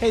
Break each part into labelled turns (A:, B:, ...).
A: Hey,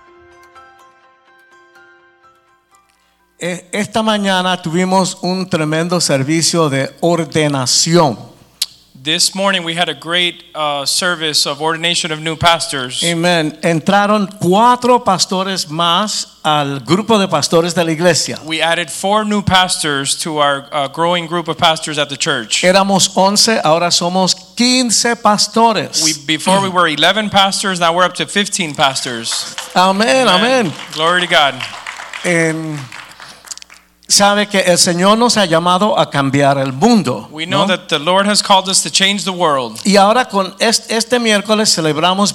B: Eh, Esta mañana tuvimos un tremendo servicio de ordenación.
C: This morning we had a great uh, service of ordination of new pastors.
B: Amén. Entraron cuatro pastores más al grupo de pastores de la iglesia.
C: We added four new pastors to our uh, growing group of pastors at the church.
B: Éramos 11, ahora somos 15
C: We,
B: pastores.
C: before we were 11 pastors, now we're up to 15 pastors.
B: Amén, amén.
C: Glory to God.
B: Em, sabe que el Señor nos ha llamado a cambiar el mundo.
C: We know
B: ¿no?
C: that the Lord has called us to change the world.
B: Y ahora con este, este miércoles celebramos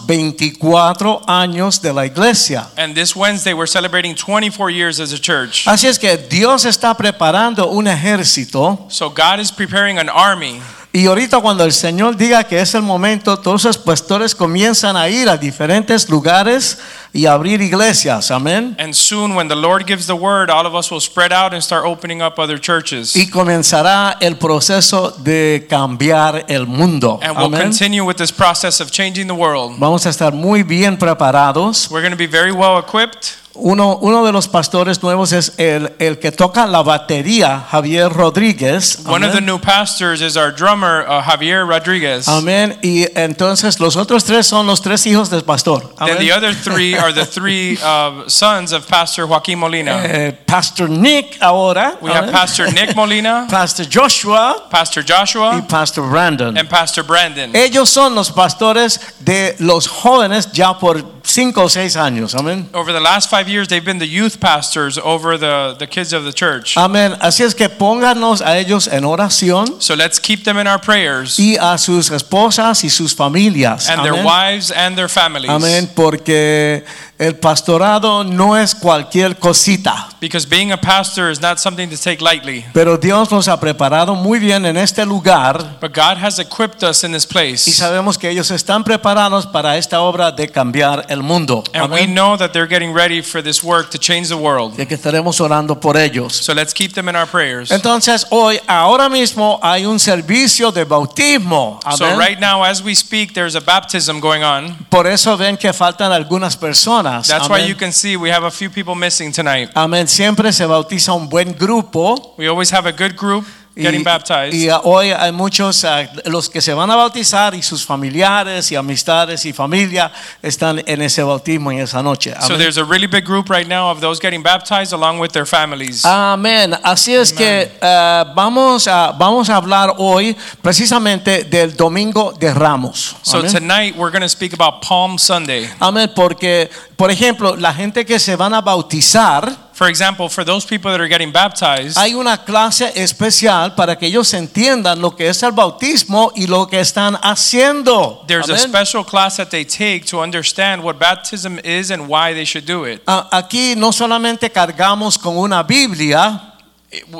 B: 24 años de la iglesia.
C: And this Wednesday we're celebrating 24 years as a church.
B: Así es que Dios está preparando un ejército
C: So God is preparing an army.
B: y ahorita cuando el Señor diga que es el momento, todos los pastores comienzan a ir a diferentes lugares y abrir iglesias, amén.
C: And soon when the Lord gives the word, all of us will spread out and start opening up other churches.
B: Y comenzará el proceso de cambiar el mundo.
C: And we'll
B: Amén.
C: continue with this process of changing the world.
B: Vamos a estar muy bien preparados.
C: We're going to be very well equipped.
B: Uno, uno de los pastores nuevos es el, el que toca la batería, Javier Rodríguez.
C: One of the
B: Amén.
C: new pastors is our drummer, uh, Javier Rodriguez.
B: Amén. Y entonces los otros tres son los tres hijos del pastor.
C: Then the
B: Amén.
C: other three are the three uh, sons of Pastor Joaquin Molina.
B: Eh, Pastor Nick ahora.
C: We have
B: Amén.
C: Pastor Nick Molina,
B: Pastor Joshua
C: Pastor
B: y Eh.
C: Joshua,
B: Pastor Brandon.
C: and Pastor Brandon.
B: Ellos son los pastores de los jóvenes ya por cinco o seis años. Amén.
C: Over the last five years, they've been the youth pastors over the, the kids of the church.
B: Amén. Así es que pónganos a ellos en oración
C: So let's keep them in our prayers
B: y a sus esposas y sus familias.
C: and
B: Amén.
C: their wives and their families.
B: Amén, porque el pastorado no es cualquier cosita,
C: Because being a pastor is not something to take lightly.
B: pero Dios nos ha preparado muy bien en este lugar
C: But God has equipped us in this
B: Y
C: place.
B: sabemos que ellos están preparados para esta obra de cambiar el mundo.
C: And we
B: Amén.
C: know that they're getting ready for this work to change the world.
B: De que estaremos orando por ellos.
C: So let's keep them in our prayers.
B: Entonces, hoy, ahora mismo, hay un servicio de bautismo.
C: So
B: Amén.
C: right now, as we speak, there's a baptism going on.
B: Por eso ven que faltan algunas personas.
C: That's why
B: Amén.
C: you can see we have a few people missing tonight.
B: Amén. Siempre se bautiza un buen grupo.
C: We always have a good group getting
B: y,
C: baptized.
B: y, ah, hoy hay muchos, ah, los que se van a bautizar y sus familiares y amistades y familia están en ese bautismo en esa noche. Amén.
C: So there's a really big group right now of those getting baptized along with their families.
B: Ah, Amén. Así es que eh, vamos, a, vamos a hablar hoy precisamente del Domingo de Ramos.
C: So
B: Amén.
C: tonight, we're going to speak about Palm Sunday.
B: Amén, porque, por ejemplo, la gente que se van a bautizar,
C: For example, for those people that are getting baptized,
B: hay una clase especial para que ellos entiendan lo que es el bautismo y lo que están haciendo.
C: there's a
B: Amén.
C: special class that they take to understand what baptism is and why they should do it.
B: A- Aquí no solamente cargamos con una Biblia,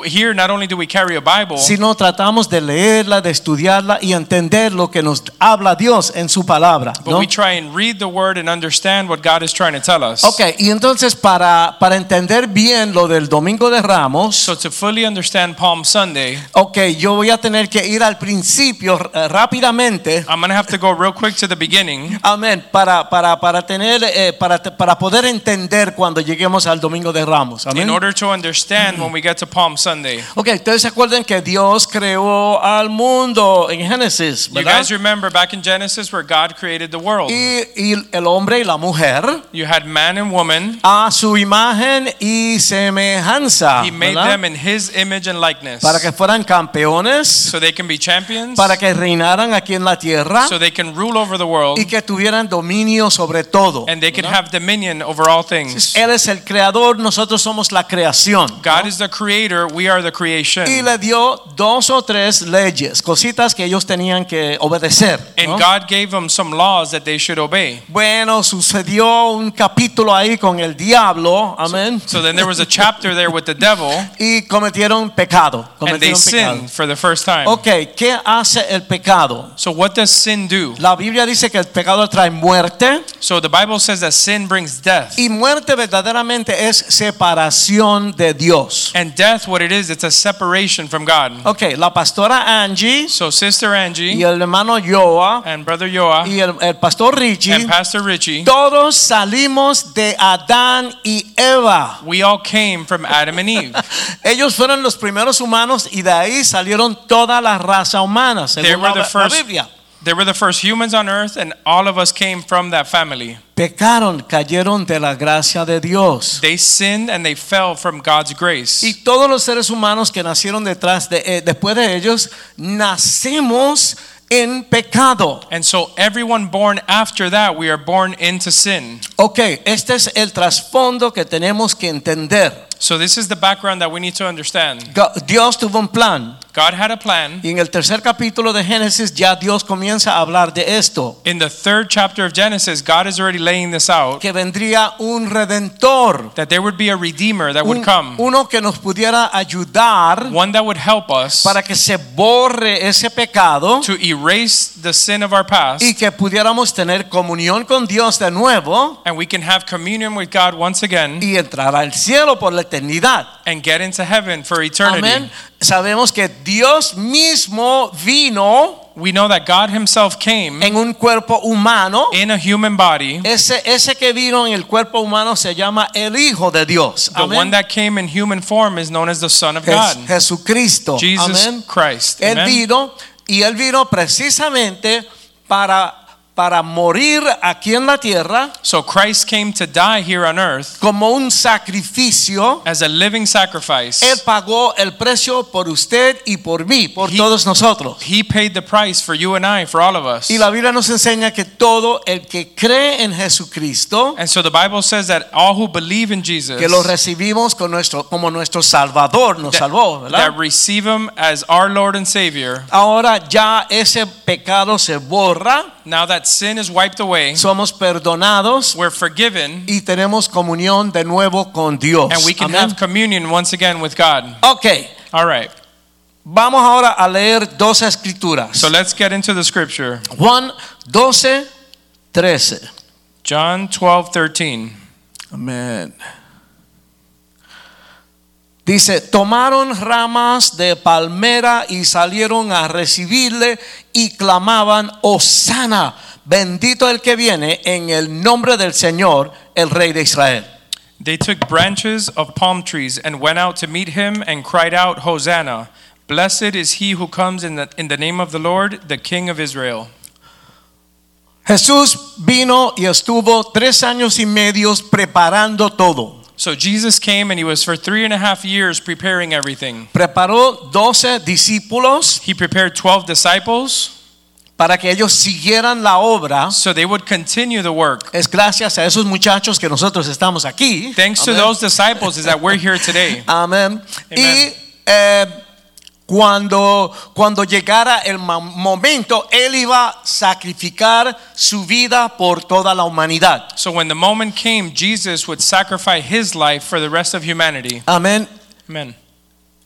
C: Here, not only do we carry a Bible,
B: sino tratamos de leerla, de estudiarla y entender lo que nos habla Dios en su palabra.
C: but
B: ¿no?
C: we try and read the word and understand what God is trying to tell us.
B: Ok, y entonces para, para entender bien lo del Domingo de Ramos,
C: So to fully understand Palm Sunday,
B: ok, yo voy a tener que ir al principio eh, rápidamente,
C: I'm gonna have to go real quick to the beginning
B: amén, para, para, para, tener, eh, para, te- para poder entender cuando lleguemos al Domingo de Ramos, amén.
C: in order to understand when we get to Palm Sunday.
B: Ok, ustedes se acuerdan que Dios creó al mundo en Génesis,
C: You
B: ¿verdad?
C: guys remember back in Genesis where God created the world.
B: Y, y el hombre y la mujer
C: You had man and woman.
B: a su imagen y semejanza,
C: He made
B: Ah, ¿verdad?
C: them in His image and likeness,
B: para que fueran campeones,
C: so they can be champions,
B: para que reinaran aquí en la tierra.
C: so they can rule over the world,
B: y que tuvieran dominio sobre todo.
C: and they can have dominion over all things.
B: Él es el creador, nosotros somos la creación.
C: God is the creator, creator, we are the creation.
B: y le dio dos o tres leyes, cositas que ellos tenían que obedecer.
C: And
B: ¿no?
C: God gave them some laws that they should obey.
B: Bueno, sucedió un capítulo ahí con el diablo, amén.
C: So then there was a chapter there with the devil,
B: y cometieron pecado.
C: and they
B: Cometieron pecado.
C: sinned for the first time.
B: Ok, ¿qué hace el pecado?
C: So what does sin do?
B: La Biblia dice que el pecado trae muerte
C: So the Bible says that sin brings death.
B: y muerte verdaderamente es separación de Dios.
C: And death, what it is, it's a separation from God.
B: Ok, la pastora Angie
C: So Sister
B: y
C: Angie
B: el hermano Joa
C: and Brother Yoa
B: y el, el pastor Richie,
C: and Pastor Richie,
B: todos salimos de Adán y Eva.
C: we all came from Adam and Eve.
B: Ellos fueron los primeros humanos y de ahí salieron toda la raza humana,
C: They
B: según
C: were
B: la,
C: the
B: la
C: first-
B: Biblia.
C: They were the first humans on earth, and all of us came from that family.
B: Pecaron, cayeron de la gracia de Dios.
C: They sinned and they fell from God's
B: Y
C: grace.
B: todos los seres humanos que nacieron detrás de, eh, después de ellos, nacemos en pecado.
C: And so everyone born after that, we are born into sin.
B: Ok, este es el trasfondo que tenemos que entender.
C: So this is the background that we need to understand.
B: Go- Dios tuvo un plan.
C: God had a plan.
B: Y en el tercer capítulo de Génesis ya Dios comienza a hablar de esto,
C: In the third chapter of Genesis, God is already laying this out
B: que vendría un redentor,
C: that there would be a redeemer that would
B: un-
C: come,
B: uno que nos pudiera ayudar
C: one that would help us
B: para que se borre ese pecado
C: to erase the sin of our past
B: y que pudiéramos tener comunión con Dios de nuevo
C: and we can have communion with God once again
B: y entrar al cielo por la eternidad.
C: and get into heaven for eternity.
B: Amén. Sabemos que Dios mismo vino
C: We know that God himself came
B: en un cuerpo humano.
C: in a human body.
B: Ese, ese que vino en el cuerpo humano se llama el Hijo de Dios.
C: The one
B: Amén.
C: that came in human form is known as the Son of
B: Es
C: God,
B: Jesucristo.
C: Jesus
B: Amén.
C: Christ.
B: Él
C: Amen.
B: vino y él vino precisamente para para morir aquí en la tierra
C: So Christ came to die here on earth
B: como un sacrificio.
C: as a living sacrifice.
B: Él pagó el precio por usted y por mí, por
C: He-
B: todos nosotros.
C: He paid the price for you and I, for all of us.
B: Y la Biblia nos enseña que todo el que cree en Jesucristo,
C: And so the Bible says that all who believe in Jesus,
B: que lo recibimos con nuestro, como nuestro Salvador, nos salvó,
C: that,
B: ¿verdad?
C: that receive Him as our Lord and Savior,
B: Ahora ya ese pecado se borra,
C: now that sin is wiped away,
B: somos perdonados
C: we're forgiven,
B: y tenemos comunión de nuevo con Dios.
C: and we can
B: Amén.
C: have communion once again with God.
B: Ok,
C: All right,
B: vamos ahora a leer dos escrituras.
C: so let's get into the scripture.
B: Juan 12, 13.
C: John 12, 13.
B: Amén. Dice, tomaron ramas de palmera y salieron a recibirle y clamaban, Osana, bendito el que viene en el nombre del Señor, el Rey de Israel.
C: They took branches of palm trees and went out to meet him and cried out, Hosanna! Blessed is he who comes in the, in the name of the Lord, the King of Israel.
B: Jesús vino y estuvo tres años y medio preparando todo.
C: So Jesus came and he was for three and a half years preparing everything.
B: Preparó doce discípulos
C: He prepared 12 disciples
B: para que ellos siguieran la obra.
C: so they would continue the work.
B: Es gracias a esos muchachos que nosotros estamos aquí.
C: Thanks to
B: Amén.
C: those disciples is that we're here today.
B: Amén. Y
C: Amen.
B: eh, cuando, cuando llegara el ma- momento, Él iba a sacrificar su vida por toda la humanidad.
C: So when the moment came, Jesus would sacrifice his life for the rest of humanity.
B: Amén.
C: Amen.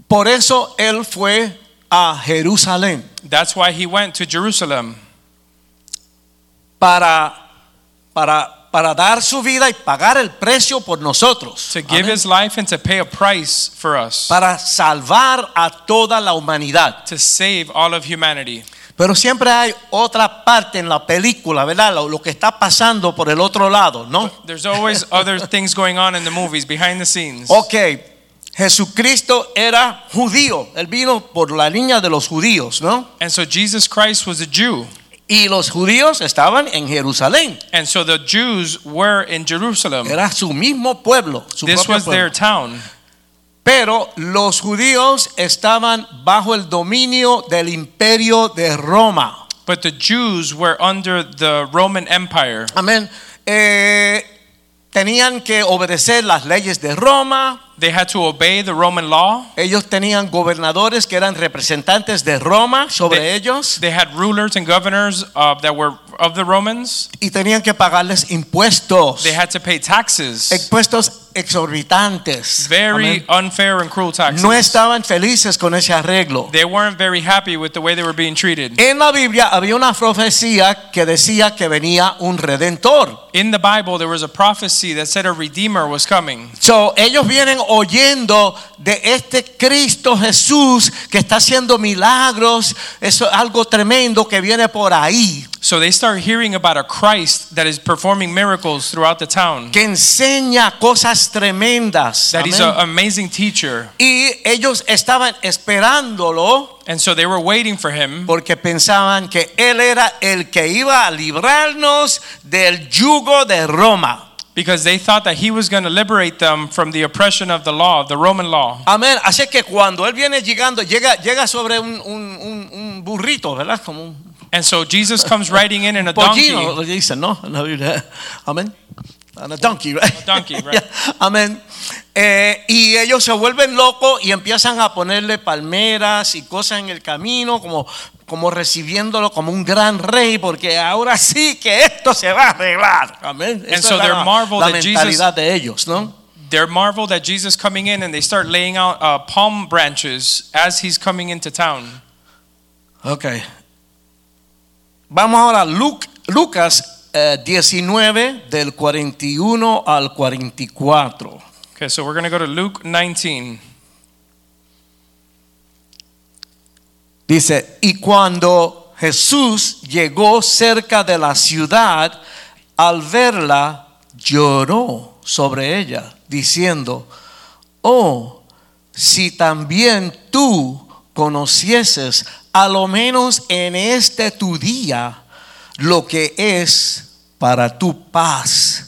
B: Por eso Él fue a Jerusalén
C: That's why he went to Jerusalem
B: para, para, para dar su vida y pagar el precio por nosotros.
C: to give
B: Amén.
C: his life and to pay a price for us.
B: Para salvar a toda la humanidad.
C: to save all of humanity.
B: Pero siempre hay otra parte en la película, ¿verdad? Lo, lo que está pasando por el otro lado, ¿no?
C: There's always other things going on in the movies behind the scenes.
B: Ok, Jesucristo era judío, él vino por la línea de los judíos, ¿no?
C: And so Jesus Christ was a Jew.
B: Y los judíos estaban en Jerusalén,
C: And so the Jews were in Jerusalem.
B: era su mismo pueblo, su
C: This
B: propio
C: was their
B: pueblo.
C: town.
B: Pero los judíos estaban bajo el dominio del imperio de Roma.
C: But the Jews were under the Roman Empire.
B: Amén. Eh, Tenían que obedecer las leyes de Roma.
C: They had to obey the Roman law.
B: Ellos tenían gobernadores que eran representantes de Roma sobre
C: They-
B: ellos.
C: They had rulers and governors uh, that were of the Romans.
B: y tenían que pagarles impuestos.
C: They had to pay taxes.
B: Impuestos exorbitantes.
C: Very
B: Amén.
C: unfair and cruel taxes.
B: No estaban felices con ese arreglo.
C: They weren't very happy with the way they were being treated.
B: En la Biblia había una profecía que decía que venía un redentor.
C: In the Bible, there was a prophecy that said a redeemer was coming.
B: So, ellos vienen oyendo de este Cristo Jesús que está haciendo milagros. Eso es algo tremendo que viene por ahí.
C: So they start hearing about a Christ that is performing miracles throughout the town.
B: Que enseña cosas tremendas.
C: That he's
B: Amén.
C: an amazing teacher.
B: y ellos estaban esperándolo.
C: And so they were waiting for him
B: porque pensaban que él era el que iba a librarnos del yugo de Roma.
C: because they thought that he was going to liberate them from the oppression of the law, the Roman law.
B: Amén. Así que cuando él viene llegando, llega, llega sobre un, un- un- un burrito, ¿verdad? Como un
C: And so Jesus comes riding in in a
B: pollino,
C: donkey.
B: le dicen, ¿no? En la Biblia. Amén. On a donkey, right?
C: donkey, right.
B: Yeah. Amén. Eh, y ellos se vuelven locos y empiezan a ponerle palmeras y cosas en el camino, como, como recibiéndolo como un gran rey, porque ahora sí que esto se va a arreglar. Amén. Esa
C: so
B: es
C: they're
B: la,
C: marveled
B: la
C: that Jesus-
B: mentalidad de ellos, ¿no?
C: They're marveled at Jesus coming in and they start laying out uh, palm branches as he's coming into town.
B: Ok. Vamos ahora a Luc- Lucas eh, 19, del 41 al 44.
C: Okay, so we're going to go to Luke 19.
B: Dice, y cuando Jesús llegó cerca de la ciudad, al verla, lloró sobre ella, diciendo, oh, si también tú conocieses, a lo menos en este tu día, lo que es para tu paz.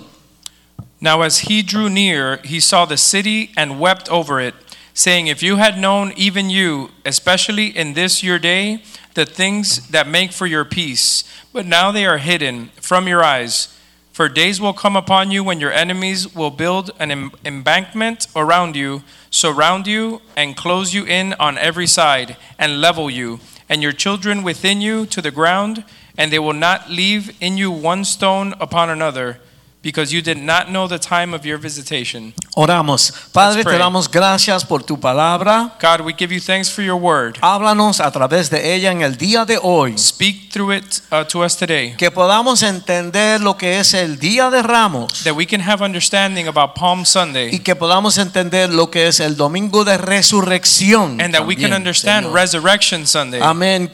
C: Now, as he drew near, he saw the city and wept over it, saying, If you had known, even you, especially in this your day, the things that make for your peace, but now they are hidden from your eyes. For days will come upon you when your enemies will build an em- embankment around you, surround you, and close you in on every side, and level you, and your children within you to the ground, and they will not leave in you one stone upon another because you did not know the time of your visitation.
B: Oramos. Padre,
C: Let's
B: te
C: pray.
B: damos gracias por tu palabra.
C: God, we give you thanks for your word.
B: Háblanos a través de ella en el día de hoy.
C: Speak through it uh, to us today
B: Que podamos entender lo que es el día de ramos.
C: that we can have understanding about Palm
B: Y
C: Sunday
B: que podamos entender lo que es el domingo de resurrección.
C: and that we can
B: también,
C: understand
B: Señor.
C: Resurrection Sunday,
B: Amén.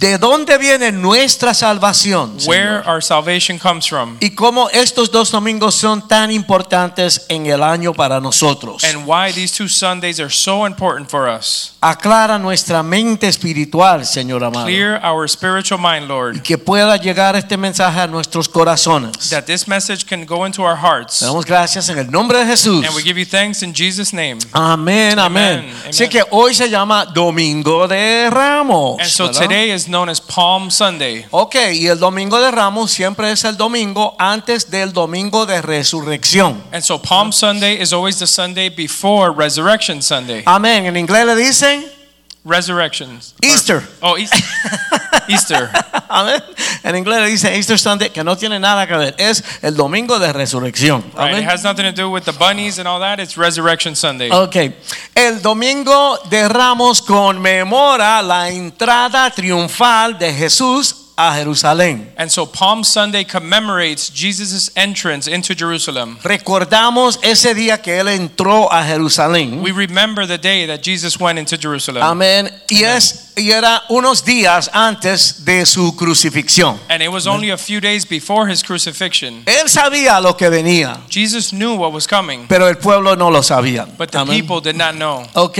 B: ¿De dónde viene nuestra salvación? Señor?
C: where our salvation comes from,
B: Y cómo estos dos domingos son tan importantes en el año para nosotros.
C: and why these two Sundays are so important for us.
B: Aclara nuestra mente espiritual, Señor amado.
C: Clear our spiritual mind,
B: Y
C: Lord,
B: que pueda llegar este mensaje a nuestros corazones.
C: that this message can go into our hearts.
B: Te damos gracias en el nombre de Jesús.
C: And we give you thanks in Jesus' name.
B: Amén, amén.
C: Amen,
B: Así
C: amen.
B: que hoy se llama Domingo de Ramos.
C: And so
B: ¿verdad?
C: today is known as Palm Sunday.
B: Ok, y el Domingo de Ramos siempre es el domingo antes del Domingo de Resurrección.
C: And so Palm Sunday is always the Sunday before Resurrection Sunday.
B: Amén. En inglés le dicen
C: Resurrections. Or-
B: Easter.
C: oh, Easter. Easter.
B: Amén. En inglés le dicen Easter Sunday, que no tiene nada que ver. Es el Domingo de Resurrección.
C: Right. It
B: Amén.
C: has nothing to do with the bunnies and all that. It's Resurrection Sunday.
B: Ok, el domingo de Ramos conmemora la entrada triunfal de Jesús a Jerusalén.
C: And so Palm Sunday commemorates Jesus' entrance into Jerusalem.
B: Recordamos ese día que él entró a Jerusalén.
C: We remember the day that Jesus went into Jerusalem.
B: Amén. Y, es, y era unos días antes de su crucifixión.
C: And it was only a few days before his crucifixion.
B: Él sabía lo que venía,
C: Jesus knew what was coming,
B: pero el pueblo no lo sabía.
C: but the
B: Amén.
C: people did not know.
B: Ok,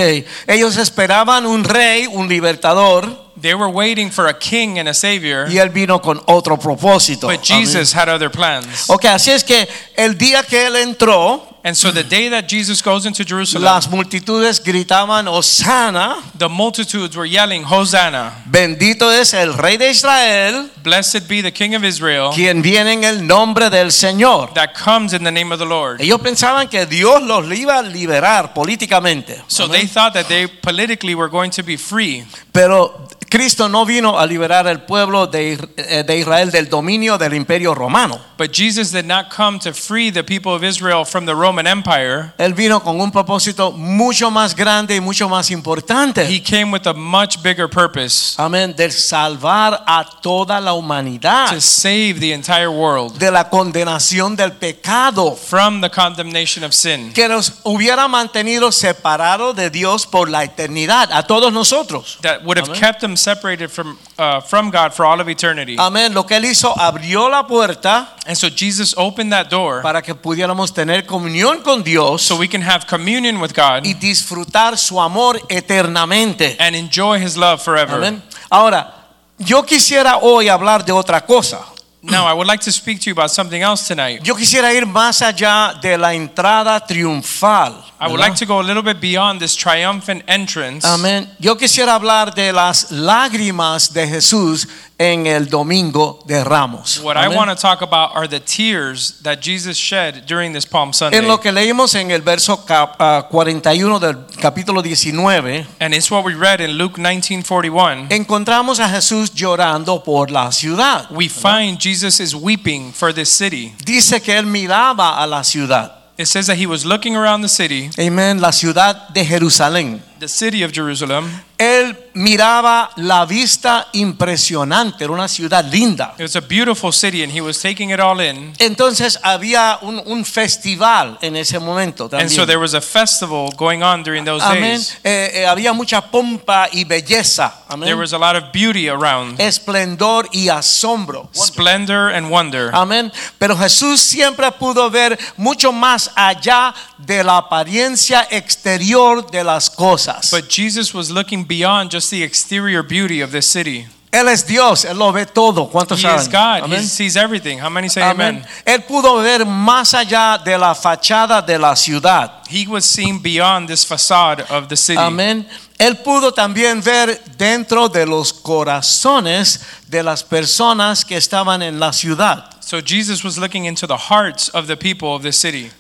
B: ellos esperaban un rey, un libertador,
C: They were waiting for a king and a savior,
B: y él vino con otro propósito.
C: but Jesus had other plans.
B: Amén. Ok, así es que el día que él entró,
C: And so the day that Jesus goes into Jerusalem,
B: las multitudes gritaban, Osana,
C: the multitudes were yelling, Hosanna!
B: bendito es el rey de Israel,
C: Blessed be the king of Israel
B: quien viene en el nombre del Señor.
C: that comes in the name of the Lord.
B: Ellos pensaban que Dios los iba a liberar políticamente,
C: So they thought that they politically were going to be free.
B: pero Cristo no vino a liberar al pueblo de, Ir- eh, de Israel del dominio del imperio romano.
C: But Jesus did not come to free the people of Israel from the Roman Empire.
B: Él vino con un propósito mucho más grande y mucho más
C: He
B: importante.
C: came with a much bigger purpose
B: Amén. De salvar a toda la humanidad
C: to save the entire world
B: de la condenación del pecado
C: from the condemnation of sin
B: que nos hubiera mantenido separados de Dios por la eternidad, a todos nosotros.
C: that would have
B: Amen.
C: kept them separated from uh, from God for all of eternity.
B: Amén. Lo que él hizo, abrió la puerta
C: And so Jesus opened that door
B: para que pudiéramos tener comunión con Dios
C: so we can have communion with God
B: y disfrutar su amor eternamente.
C: and enjoy hhis love forever.
B: Amén. Ahora, yo quisiera hoy hablar de otra cosa.
C: Now, I would like to speak to you about something else tonight.
B: Yo quisiera ir más allá de la entrada triunfal.
C: I would
B: ¿verdad?
C: like to go a little bit beyond this triumphant entrance.
B: Amén. Yo quisiera hablar de las lágrimas de Jesús en el domingo de Ramos.
C: What I
B: Amén.
C: want to talk about are the tears that Jesus shed during this Palm Sunday.
B: En lo que leímos en el verso cap- ah, 41 del capítulo 19,
C: And it's what we read in Luke 19:41.
B: encontramos a Jesús llorando por la ciudad.
C: We find Jesus is weeping for this city.
B: Dice que él miraba a la ciudad.
C: It says that he was looking around the city,
B: Amén. La ciudad de Jerusalén.
C: the city of Jerusalem.
B: Él miraba la vista impresionante. Era una ciudad linda.
C: It was a beautiful city and he was taking it all in.
B: Entonces había un, un festival en ese momento
C: And so
B: también.
C: there was a festival going on during those
B: Amén.
C: days.
B: Eh, eh, había mucha pompa y belleza. Amén.
C: There was a lot of beauty around,
B: Esplendor y asombro.
C: splendor and wonder.
B: Amén. Pero Jesús siempre pudo ver mucho más allá de la apariencia exterior de las cosas.
C: But Jesus was looking beyond just the exterior beauty of this city.
B: él es Dios, él lo ve todo. ¿Cuántos
C: He
B: saben?
C: is God. He
B: Amén.
C: sees everything. How many say
B: Amén.
C: amen?
B: Él pudo ver más allá de la fachada de la ciudad.
C: He was seen beyond this facade of the city.
B: Amén. Él pudo también ver dentro de los corazones de las personas que estaban en la ciudad.
C: So Jesus was looking into the hearts of the people of the city.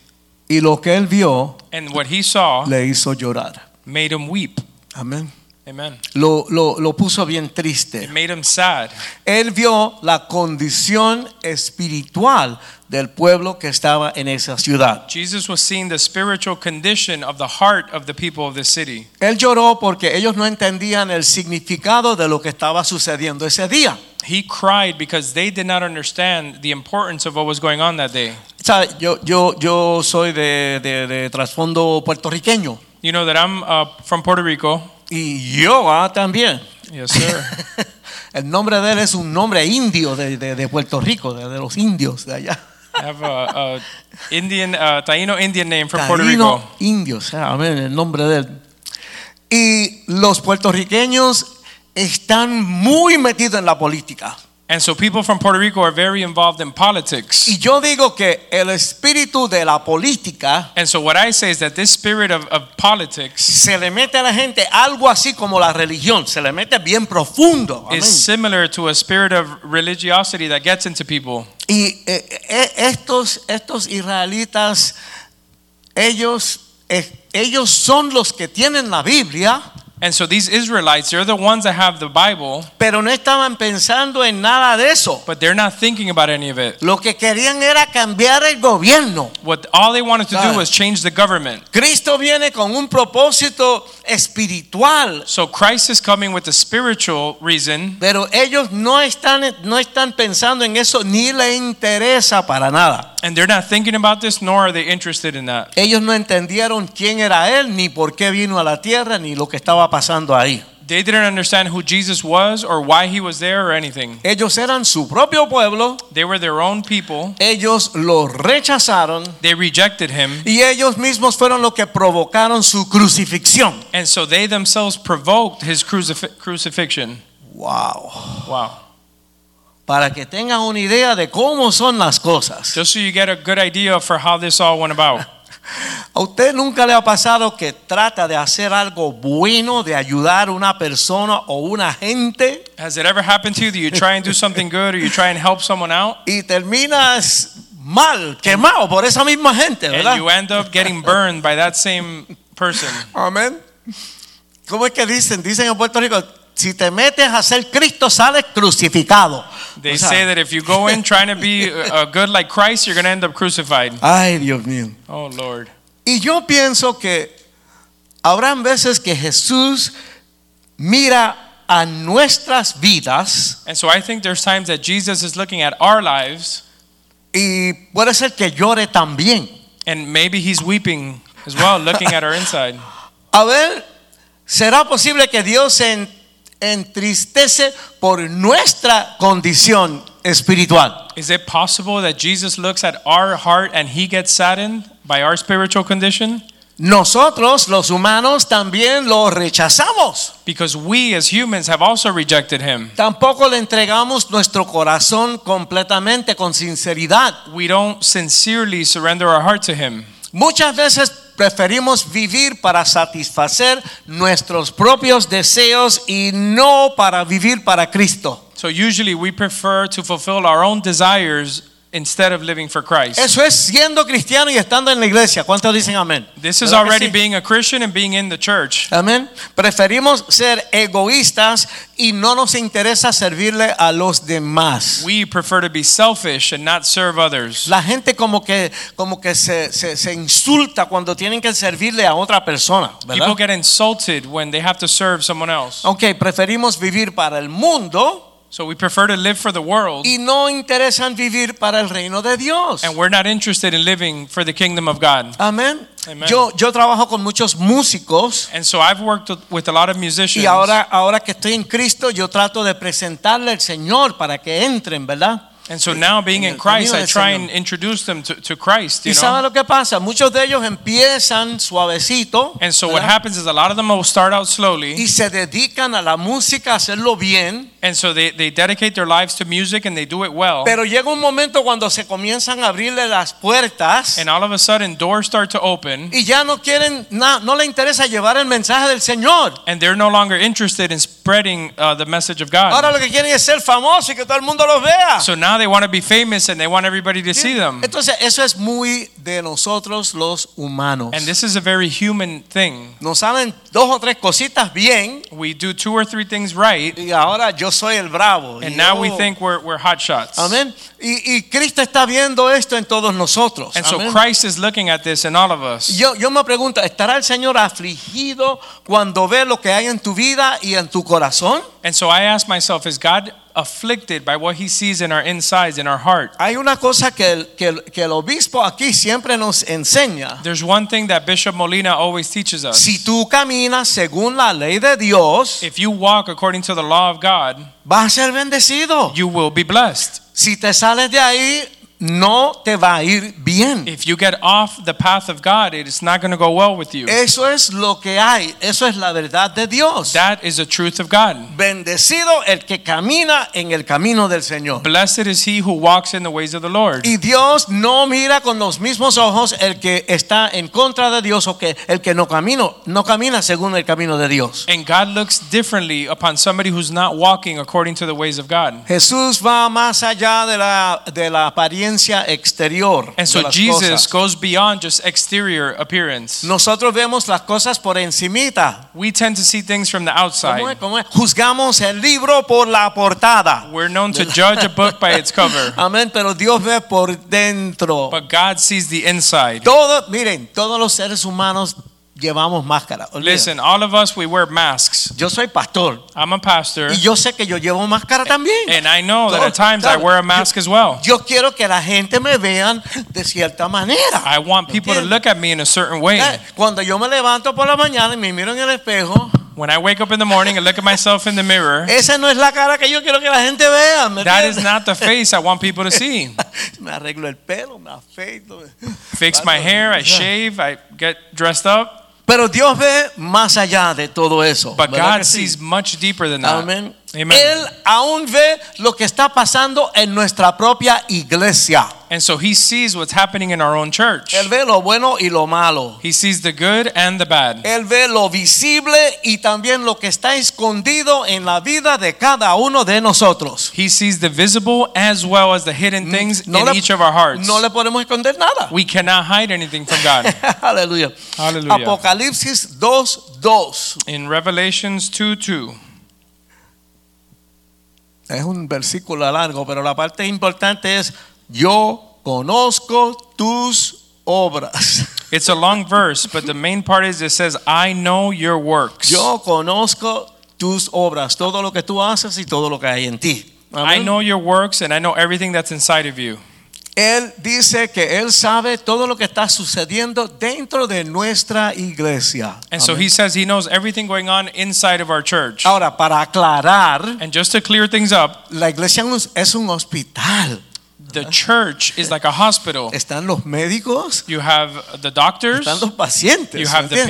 B: Y lo que él vio
C: And what he saw
B: le hizo llorar.
C: made him weep.
B: Amén.
C: Amen.
B: Lo, lo- lo puso bien
C: It
B: triste.
C: made him sad.
B: Él vio la condición espiritual del pueblo que estaba en esa ciudad.
C: Jesus was seeing the spiritual condition of the heart of the people of the city.
B: Él lloró porque ellos no entendían el significado de lo que estaba sucediendo ese día.
C: He cried because they did not understand the importance of what was going on that day.
B: ¿Sabe? Yo, yo, yo soy de, de- de trasfondo puertorriqueño.
C: You know that I'm uh, from Puerto Rico.
B: Y Yoa también.
C: Yes, sir.
B: El nombre de él es un nombre indio de, de- de Puerto Rico, de, de los indios de allá.
C: I have a, a Indian, uh, Taino Indian name from Puerto
B: Taíno
C: Rico.
B: indios, ah, amén, el nombre de él. Y los puertorriqueños están muy metidos en la política.
C: And so people from Puerto Rico are very involved in politics.
B: Y yo digo que el espíritu de la política
C: And so what I say is that this spirit of, of politics
B: se le mete a la gente algo así como la religión, se le mete bien profundo. amén.
C: is similar to a spirit of religiosity that gets into people.
B: Y eh, eh, estos, estos israelitas, ellos, eh, ellos son los que tienen la Biblia,
C: And so these Israelites, they're the ones that have the Bible,
B: Pero no estaban pensando en nada de eso.
C: but they're not thinking about any of it.
B: Lo que querían era cambiar el gobierno.
C: What all they wanted to
B: Ah.
C: do was change the government.
B: Cristo viene con un propósito espiritual,
C: So Christ is coming with a spiritual reason,
B: pero ellos no están, no están pensando en eso ni le interesa para nada.
C: and they're not thinking about this, nor are they interested in that.
B: Ellos no entendieron quién era él, ni por qué vino a la tierra, ni lo que estaba pasando ahí.
C: They didn't understand who Jesus was or why he was there or anything.
B: Ellos eran su propio pueblo,
C: They were their own people.
B: ellos lo rechazaron
C: They rejected him,
B: y ellos mismos fueron los que provocaron su crucifixión.
C: and so they themselves provoked his crucif- crucifixion.
B: Wow.
C: Wow.
B: Para que tengan una idea de cómo son las cosas.
C: Just so you get a good idea for how this all went about.
B: ¿A usted nunca le ha pasado que trata de hacer algo bueno, de ayudar a una persona o una gente
C: Has it ever happened to you that you try and do something good or you try and help someone out
B: y terminas mal, quemado por esa misma gente,
C: and
B: ¿verdad?
C: you end up getting burned by that same person?
B: Amén. ¿Cómo es que dicen? Dicen en Puerto Rico, si te metes a ser Cristo, sales crucificado.
C: They
B: O sea,
C: say that if you go in trying to be uh, good like Christ, you're going to end up crucified.
B: Ay, Dios mío.
C: Oh, Lord.
B: Y yo pienso que habrán veces que Jesús mira a nuestras vidas
C: And so I think there's times that Jesus is looking at our lives
B: y puede ser que llore también.
C: and maybe he's weeping as well, looking at our inside.
B: A ver, ¿será posible que Dios se en- entristece por nuestra condición espiritual?
C: Is it possible that Jesus looks at our heart and he gets saddened by our spiritual condition?
B: Nosotros, los humanos, también lo rechazamos.
C: Because we as humans have also rejected him.
B: Tampoco le entregamos nuestro corazón completamente con sinceridad.
C: We don't sincerely surrender our heart to him.
B: Muchas veces preferimos vivir para satisfacer nuestros propios deseos y no para vivir para Cristo.
C: So usually we prefer to fulfill our own desires instead of living for Christ.
B: Eso es siendo cristiano y estando en la iglesia. ¿Cuántos dicen amén?
C: This is
B: ¿Verdad que
C: already
B: sí?
C: being a Christian and being in the church.
B: Amén. Preferimos ser egoístas y no nos interesa servirle a los demás.
C: We prefer to be selfish and not serve others.
B: La gente como que, como que se, se- se insulta cuando tienen que servirle a otra persona. ¿verdad?
C: People get insulted when they have to serve someone else.
B: Ok, preferimos vivir para el mundo
C: So we prefer to live for the world
B: y no interesan vivir para el reino de Dios.
C: and we're not interested in living for the kingdom of God.
B: Amén.
C: Amen.
B: Yo, yo trabajo con muchos músicos
C: And so I've worked with- with a lot of musicians.
B: y ahora, ahora que estoy en Cristo yo trato de presentarle al Señor para que entren, ¿verdad?
C: And so now being
B: en
C: in
B: el
C: Christ,
B: camino
C: I
B: del
C: try
B: Señor.
C: and introduce them to, to Christ, you
B: Y
C: know.
B: sabe lo que pasa, muchos de ellos empiezan suavecito
C: And so what
B: ¿verdad?
C: happens is a lot of them will start out slowly.
B: y se dedican a la música, a hacerlo bien,
C: And so they, they dedicate their lives to music and they do it well.
B: pero llega un momento cuando se comienzan a abrirle las puertas
C: And all of a sudden doors start to open
B: y ya no quieren, na- no le interesa llevar el mensaje del Señor.
C: and they're no longer interested in spreading uh, the message of God.
B: Ahora lo que quieren es ser famosos y que todo el mundo los vea.
C: So now they want to be famous and they want everybody to see them.
B: Entonces, eso es muy de nosotros los humanos.
C: And this is a very human thing.
B: Nos salen dos o tres cositas bien
C: We do two or three things right,
B: y ahora yo soy el bravo.
C: and
B: Y
C: now
B: yo-
C: we think we're, we're hot shots.
B: Amén. Y, y Cristo está viendo esto en todos nosotros.
C: And so
B: Amén.
C: Christ is looking at this in all of us.
B: Yo, yo me pregunto, ¿estará el Señor afligido cuando ve lo que hay en tu vida y en tu corazón?
C: And so I ask myself, is God afflicted by what he sees in our insides, in our heart?
B: Hay una cosa que el, que el- que el obispo aquí siempre nos enseña.
C: There's one thing that Bishop Molina always teaches us.
B: Si tú caminas según la ley de Dios,
C: If you walk according to the law of God,
B: vas a ser bendecido.
C: you will be blessed.
B: Si te sales de ahí, no te va a ir bien.
C: If you get off the path of God, it is not going to go well with you.
B: Eso es lo que hay, eso es la verdad de Dios.
C: That is the truth of God.
B: Bendecido el que camina en el camino del Señor.
C: Blessed is he who walks in the ways of the Lord.
B: Y Dios no mira con los mismos ojos el que está en contra de Dios o que el que no camino, no camina según el camino de Dios.
C: And God looks differently upon somebody who's not walking according to the ways of God.
B: Jesús va más allá de la, de la apariencia exterior.
C: And so
B: de las
C: Jesus
B: cosas.
C: goes beyond just exterior appearance.
B: Nosotros vemos las cosas por encimita.
C: We tend to see things from the
B: ¿Cómo es?
C: outside.
B: ¿Cómo es? Juzgamos el libro por la portada.
C: We're known to judge a book by its cover,
B: Amén, pero Dios ve por dentro.
C: but God sees the inside.
B: Todo, miren, todos los seres humanos llevamos máscara. Olvídate.
C: Listen, all of us, we wear masks.
B: yo soy pastor
C: I'm a pastor,
B: y yo sé que yo llevo máscara también.
C: and I know that at times I wear a mask as well.
B: Yo quiero que la gente me vean de cierta manera.
C: I want people to look at me in a certain way.
B: Eh, Cuando yo me levanto por la mañana y me miro en el espejo,
C: When I wake up in the morning and look at myself in the mirror,
B: esa no es la cara que yo quiero que la gente vea. ¿me
C: that
B: entiendes?
C: is not the face I want people to see.
B: me arreglo el pelo, me afeito.
C: Fix my hair, I shave, I get dressed up,
B: Pero Dios ve más allá de todo eso.
C: but
B: ¿verdad
C: God
B: que sí?
C: sees much deeper than that.
B: Amén.
C: Amen.
B: Él aún ve lo que está pasando en nuestra propia iglesia.
C: And so he sees what's happening in our own church.
B: Él ve lo bueno y lo malo.
C: He sees the good and the bad.
B: Él ve lo visible y también lo que está escondido en la vida de cada uno de nosotros.
C: He sees the visible as well as the hidden things
B: Mm, No
C: in
B: le-
C: each of our hearts.
B: no le podemos esconder nada.
C: We cannot hide anything from God.
B: Aleluya.
C: Aleluya.
B: Apocalipsis 2:2.
C: In Revelations 2 2.
B: Es un versículo largo, pero la parte importante es yo conozco tus obras.
C: It's a long verse, but the main part is it says, I know your works.
B: Yo conozco tus obras, todo lo que tú haces y todo lo que hay en ti.
C: I
B: Amén.
C: know your works and I know everything that's inside of you.
B: Él dice que él sabe todo lo que está sucediendo dentro de nuestra iglesia.
C: And so
B: Amén.
C: he says he knows everything going on inside of our church.
B: Ahora, para aclarar,
C: And just to clear things up,
B: la iglesia es un hospital.
C: the
B: Uh-huh.
C: church is like a hospital.
B: Están los médicos,
C: You have the doctors,
B: están los pacientes.
C: you have the
B: ¿entiendes?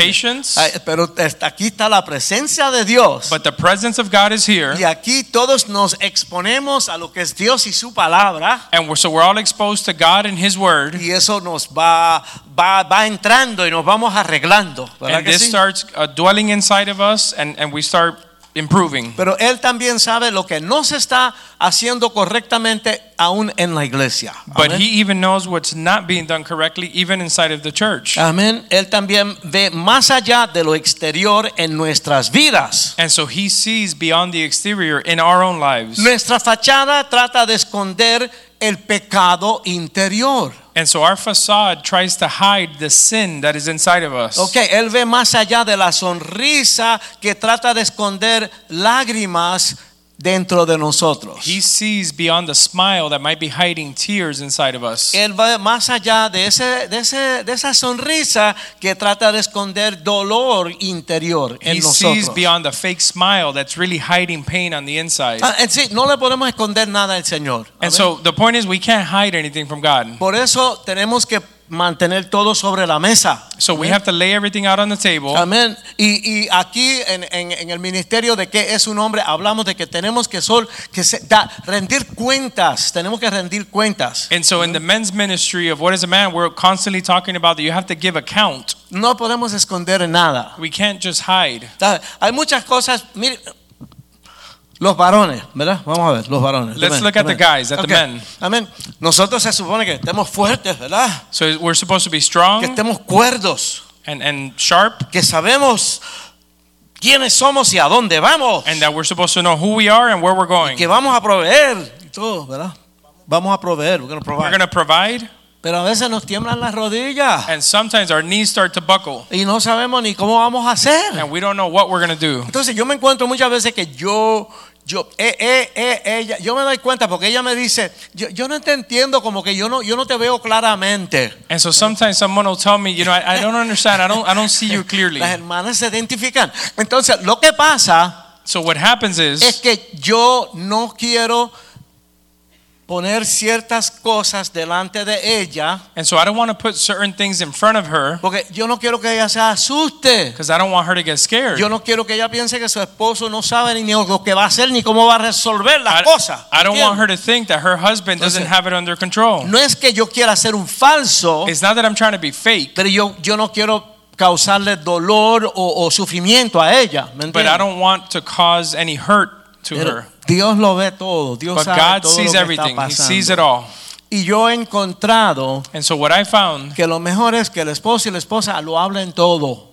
C: patients,
B: Ay, Pero hasta aquí está la presencia de Dios.
C: but the presence of God is here.
B: Y aquí todos nos exponemos a lo que es Dios y su palabra.
C: And we're, so we're all exposed to God and His Word.
B: Y eso nos va, va, va entrando y nos vamos arreglando. ¿verdad
C: And
B: que
C: this
B: sí?
C: starts uh, dwelling inside of us, and, and we start improving.
B: Pero Él también sabe lo que no se está haciendo correctamente aún en la iglesia.
C: But
B: Amén.
C: He even knows what's not being done correctly, even inside of the church.
B: Amén. Él también ve más allá de lo exterior en nuestras vidas.
C: And so He sees beyond the exterior in our own lives.
B: Nuestra fachada trata de esconder el pecado interior.
C: And so our facade tries to hide the sin that is inside of us.
B: Ok, él ve más allá de la sonrisa que trata de esconder lágrimas dentro de nosotros.
C: He sees beyond the smile that might be hiding tears inside of us.
B: Él va más allá de, ese, de, ese, de esa sonrisa que trata de esconder dolor interior en
C: He sees
B: nosotros.
C: beyond the fake smile that's really hiding pain on the inside.
B: Ah, en sí, no le podemos esconder nada al Señor. Amén.
C: And so the point is, we can't hide anything from God.
B: Por eso tenemos que mantener todo sobre la mesa.
C: So we have to lay everything out on the table.
B: Amén. Y, y aquí en, en- en el ministerio de qué es un hombre hablamos de que tenemos que, sol, que se- da- rendir cuentas. Tenemos que rendir cuentas.
C: And so in
B: Uh-huh.
C: the men's ministry of what is a man, we're constantly talking about that you have to give account.
B: No podemos esconder nada.
C: We can't just hide.
B: ¿Sabe? Hay muchas cosas. Mire, los varones, ¿verdad? Vamos a ver, los varones.
C: Let's
B: Amén,
C: look at
B: amén.
C: the guys, at the
B: Ok.
C: men.
B: Amén. Nosotros se supone que estemos fuertes, ¿verdad?
C: So we're supposed to be
B: Que
C: strong
B: estemos cuerdos,
C: and, and sharp,
B: que sabemos quiénes somos y a dónde vamos.
C: and that we're supposed to know who we are and where we're going.
B: que vamos a proveer y todo, ¿verdad? Vamos a proveer, we're gonna
C: We're
B: provide.
C: going to provide,
B: pero a veces nos tiemblan las rodillas
C: and sometimes our knees start to buckle,
B: y no sabemos ni cómo vamos a hacer.
C: and we don't know what we're going to do.
B: Entonces yo me encuentro muchas veces que yo, yo, eh, eh, eh, ella, yo me doy cuenta porque ella me dice, yo, yo no te entiendo, como que yo no, yo no te veo claramente.
C: And so sometimes someone will tell me, you know, I, I don't understand. I don't, I don't see you clearly.
B: Las hermanas se identifican. Entonces lo que pasa
C: So what happens
B: es
C: is
B: que yo no quiero poner ciertas cosas delante de ella
C: And so I don't want to put certain things in front of her
B: porque yo no quiero que ella se asuste.
C: because I don't want her to get scared.
B: Yo no quiero que ella piense que su esposo no sabe ni lo que va a hacer ni cómo va a resolver las
C: I,
B: cosas.
C: I don't want
B: ¿entiendes?
C: her to think that her husband doesn't
B: Entonces-
C: have it under control.
B: No es que yo quiera ser un falso,
C: It's not that I'm trying to be fake,
B: pero yo, yo no quiero causarle dolor o, o sufrimiento a ella. ¿me
C: but I
B: entiendes?
C: don't want to cause any hurt to
B: Pero
C: her.
B: Dios lo ve todo, Dios
C: But
B: sabe
C: God
B: todo lo que
C: sees
B: está
C: everything. He
B: pasando.
C: sees it all.
B: Y yo he encontrado
C: And so what I found
B: que lo mejor es que el esposo y la esposa lo hablen todo.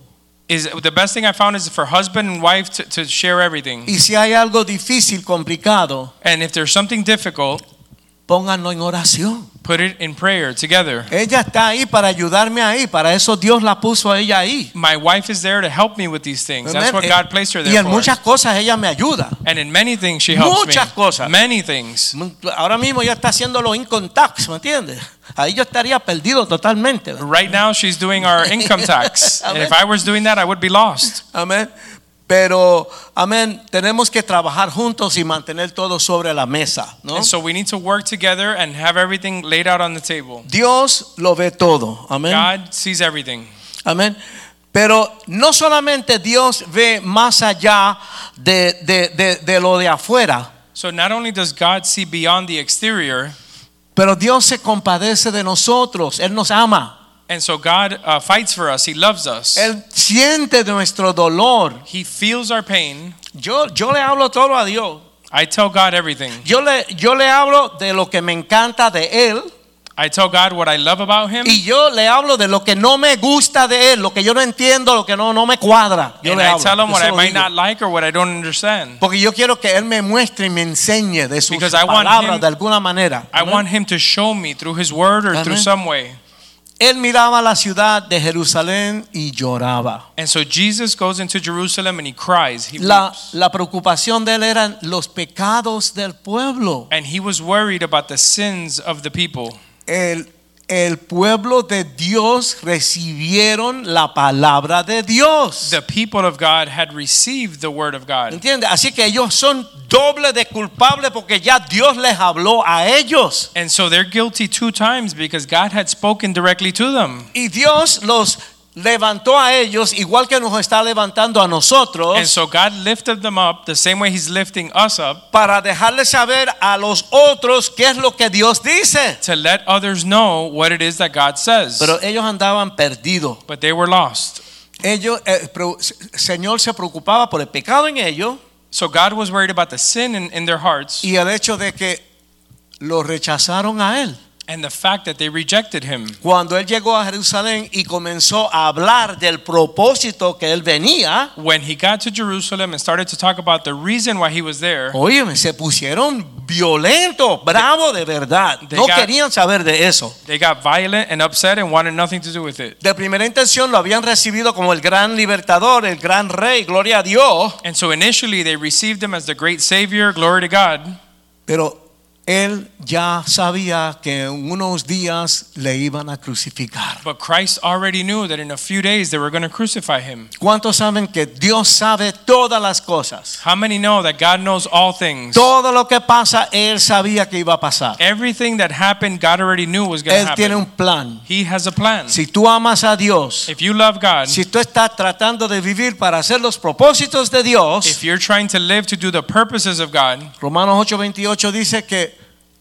C: is the best thing I found is for husband and wife to, to share everything.
B: Y si hay algo difícil, complicado,
C: And if there's something difficult,
B: pónganlo en oración.
C: put it in prayer together.
B: Ella está ahí para ayudarme ahí, para eso Dios la puso a ella ahí.
C: My wife is there to help me with these things. That's
B: Amén.
C: what God placed her
B: Eh, y
C: there
B: en
C: for.
B: muchas cosas ella me ayuda.
C: And in many things she helps me.
B: Muchas cosas.
C: Many things.
B: Ahora mismo ella está haciendo los income tax, ¿me entiendes? Ahí yo estaría perdido totalmente. ¿verdad?
C: Right now she's doing our income tax. and if
B: Amén.
C: I was doing that, I would be lost.
B: Amén. Pero, amén, tenemos que trabajar juntos y mantener todo sobre la mesa, ¿no?
C: And so we need to work together and have everything laid out on the table.
B: Dios lo ve todo, amén.
C: God sees everything.
B: Amén. Pero no solamente Dios ve más allá de, de- de- de lo de afuera,
C: So not only does God see beyond the exterior,
B: pero Dios se compadece de nosotros, Él nos ama,
C: and so God uh, fights for us. He loves us.
B: Él siente nuestro dolor.
C: He feels our pain.
B: Yo, yo le hablo todo a Dios.
C: I tell God everything.
B: Yo le, yo le hablo de lo que me encanta de Él
C: I tell God what I love about Him.
B: y yo le hablo de lo que no me gusta de Él, lo que yo no entiendo, lo que no, no me cuadra. Yo
C: and
B: le
C: I
B: hablo,
C: tell Him
B: yo
C: what
B: se
C: I
B: lo
C: might
B: digo.
C: not like or what I don't understand.
B: Porque yo quiero que Él me muestre y me enseñe de sus
C: Because I want
B: palabras
C: him-
B: de alguna manera.
C: I
B: Amén.
C: want Him to show me through His Word or through
B: Amén.
C: some way.
B: Él miraba la ciudad de Jerusalén y lloraba.
C: And so Jesus goes into Jerusalem and He cries. He
B: La,
C: weeps.
B: la preocupación de él eran los pecados del pueblo.
C: And He was worried about the sins of the people.
B: El, el pueblo de Dios recibieron la palabra de Dios.
C: The people of God had received the Word of God.
B: ¿Entiendes? Así que ellos son doble de culpables porque ya Dios les habló a ellos.
C: And so they're guilty two times because God had spoken directly to them.
B: Y Dios los levantó a ellos igual que nos está levantando a nosotros.
C: And so God lifted them up the same way He's lifting us up
B: para dejarles saber a los otros qué es lo que Dios dice.
C: to let others know what it is that God says.
B: Pero ellos andaban perdidos.
C: But they were lost.
B: Ellos, el pro- Señor se preocupaba por el pecado en ellos
C: So God was worried about the sin in, in their hearts
B: y el hecho de que lo rechazaron a él.
C: and the fact that they rejected him.
B: Cuando él llegó a Jerusalén y comenzó a hablar del propósito que él venía,
C: When he got to Jerusalem and started to talk about the reason why he was there,
B: oye, se pusieron violentos, bravos de verdad.
C: They
B: No
C: got-
B: querían saber de eso.
C: they got violent and upset and wanted nothing to do with it.
B: De primera intención lo habían recibido como el gran libertador, el gran rey, gloria a Dios.
C: And so initially they received him as the great savior, glory to God.
B: Pero él ya sabía que en unos días le iban a crucificar.
C: But Christ already knew that in a few days they were going to crucify him.
B: ¿Cuántos saben que Dios sabe todas las cosas?
C: How many know that God knows all things?
B: Todo lo que pasa, Él sabía que iba a pasar.
C: Everything that happened, God already knew was going to
B: Él tiene
C: happen.
B: un plan.
C: He has a plan.
B: Si tú amas a Dios,
C: If you love God,
B: si tú estás tratando de vivir para hacer los propósitos de Dios,
C: if you're trying to live to do the purposes of God,
B: Romanos 8:28 dice que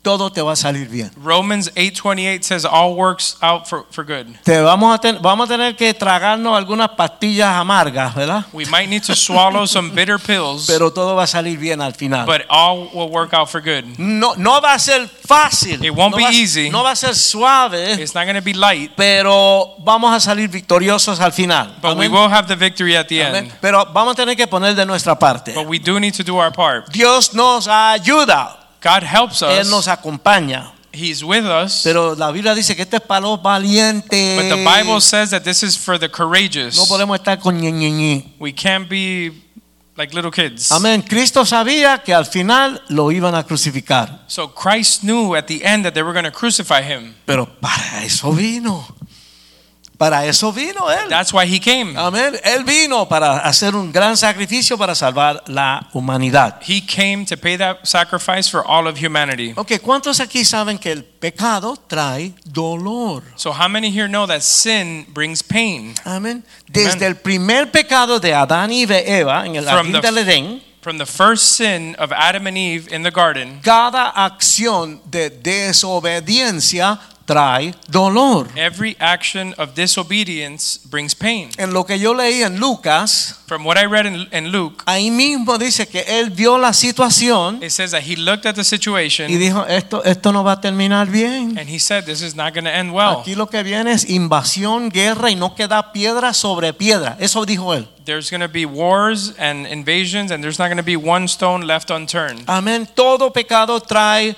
B: todo te va a salir bien.
C: Romans 8:28 says all works out for, for good.
B: Te vamos a, ten- vamos a tener que tragarnos algunas pastillas amargas, ¿verdad?
C: We might need to swallow some bitter pills,
B: Pero todo va a salir bien al final.
C: but all will work out for good.
B: No, no va a ser fácil.
C: It won't
B: no,
C: be
B: va, a-
C: easy.
B: no va a ser suave,
C: It's not going to be light,
B: pero vamos a salir victoriosos al final.
C: but we
B: Amén.
C: will have the victory at the
B: Amén.
C: end.
B: Pero vamos a tener que poner de nuestra parte.
C: But we do need to do our part.
B: Dios nos ayuda,
C: God helps
B: Él nos
C: us.
B: acompaña.
C: He's with us.
B: Pero la Biblia dice que este es para los valientes.
C: But the Bible says that this is for the courageous.
B: no podemos estar con ñe, ñe, ñe.
C: We can't be like little kids.
B: Amén. Cristo sabía que al final lo iban a crucificar.
C: So Christ knew at the end that they were going to crucify him.
B: Pero para eso vino. Para eso vino Él.
C: That's why he came.
B: Amén. Él vino para hacer un gran sacrificio para salvar la humanidad.
C: He came to pay that sacrifice for all of humanity.
B: Ok, ¿cuántos aquí saben que el pecado trae dolor?
C: So how many here know that sin brings pain?
B: Amén. Desde el primer pecado de Adán y de Eva en el
C: From
B: jardín
C: the-
B: del Edén,
C: From the first sin of Adam and Eve in the garden,
B: cada acción de desobediencia trae dolor.
C: Every action of disobedience brings pain.
B: En lo que yo leí en Lucas,
C: From what I read in, in Luke,
B: ahí mismo dice que él vio la situación
C: it says that he looked at the
B: y
C: situation
B: dijo, esto, esto no va a terminar bien.
C: and he said, This is not going to end well.
B: Aquí lo que viene es invasión, guerra y no queda piedra sobre piedra. Eso dijo él.
C: There's going to be wars and invasions, and there's not going to be one stone left unturned.
B: Amén. Todo pecado trae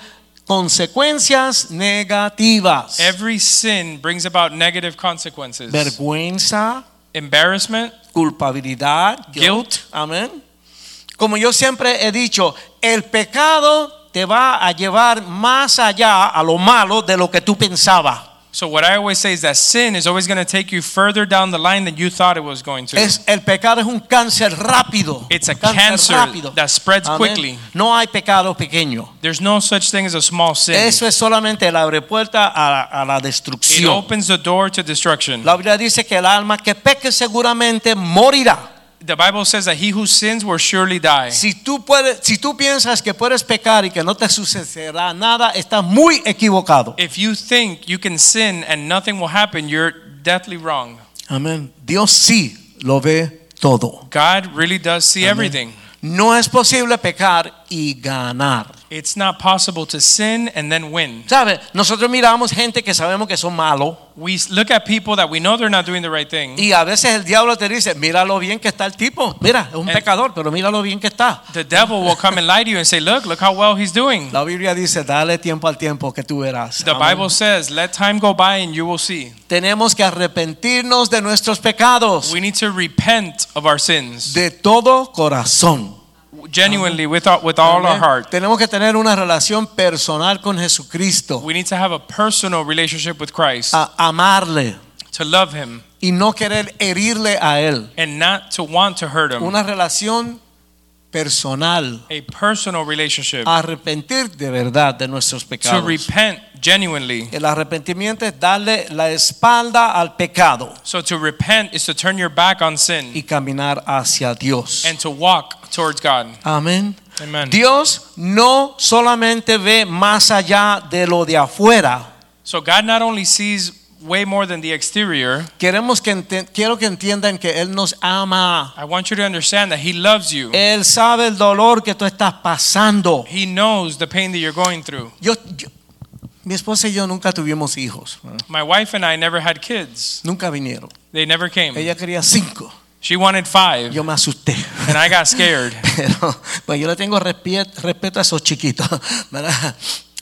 B: consecuencias negativas.
C: Every sin brings about negative consequences
B: Vergüenza,
C: embarrassment,
B: culpabilidad,
C: Guilt.
B: Amén. Como yo siempre he dicho, el pecado te va a llevar más allá a lo malo de lo que tú pensabas.
C: So what I always say is that sin is always going to take you further down the line than you thought it was going to.
B: Es, el pecado es un cáncer rápido.
C: It's a
B: Un cáncer
C: cancer that spreads
B: Amén.
C: quickly.
B: No hay pecado pequeño.
C: There's no such thing as a small sin.
B: Eso es solamente el abre puerta a, la- a la
C: It
B: destrucción.
C: opens the door to destruction.
B: La Biblia dice que el alma que peque seguramente morirá.
C: The Bible says that he who sins will surely die.
B: Si tú, puedes, si tú piensas que puedes pecar y que no te sucederá nada, estás muy equivocado.
C: If you think you can sin and nothing will happen, you're deathly wrong.
B: Amén. Dios sí lo ve todo.
C: God really does see everything.
B: No es posible pecar y ganar.
C: It's not possible to sin and then win.
B: ¿Sabe? Nosotros miramos gente que sabemos que son malos
C: We s- look at people that we know they're not doing the right thing.
B: y a veces el diablo te dice, mira lo bien que está el tipo. Mira, es un
C: And-
B: pecador, pero mira lo bien que está.
C: The devil will come and lie to you and say, "Look, look how well he's doing."
B: La Biblia dice, dale tiempo al tiempo que tú verás.
C: The
B: Amén.
C: Bible says, "Let time go by and you will see."
B: Tenemos que arrepentirnos de nuestros pecados
C: We need to repent of our sins
B: de todo corazón.
C: genuinely with all, with all our
B: Amén.
C: heart.
B: Tenemos que tener una relación personal con Jesucristo,
C: We need to have a personal relationship with Christ,
B: a amarle
C: to love him
B: y no querer herirle a él.
C: and not to want to hurt him.
B: Una relación personal,
C: A personal relationship
B: Uh, arrepentir de verdad de nuestros
C: to
B: pecados.
C: repent genuinely.
B: El arrepentimiento es darle la espalda al pecado
C: So to repent is to turn your back on
B: y
C: sin
B: caminar hacia Dios.
C: and to walk towards God.
B: Amén.
C: Amen.
B: Dios no solamente ve más allá de lo de afuera.
C: So God not only sees way more than the exterior,
B: Queremos que enten- quiero que entiendan que él nos ama.
C: I want you to understand that he loves you.
B: Él sabe el dolor que tú estás pasando.
C: He knows the pain that you're going through.
B: Yo, yo- mi esposa y yo nunca tuvimos hijos.
C: My wife and I never had kids.
B: Nunca vinieron.
C: They never came.
B: Ella quería cinco.
C: She wanted 5.
B: Yo me asusté.
C: and I got scared.
B: Pero pues yo le tengo respie- respeto a esos chiquitos, ¿verdad?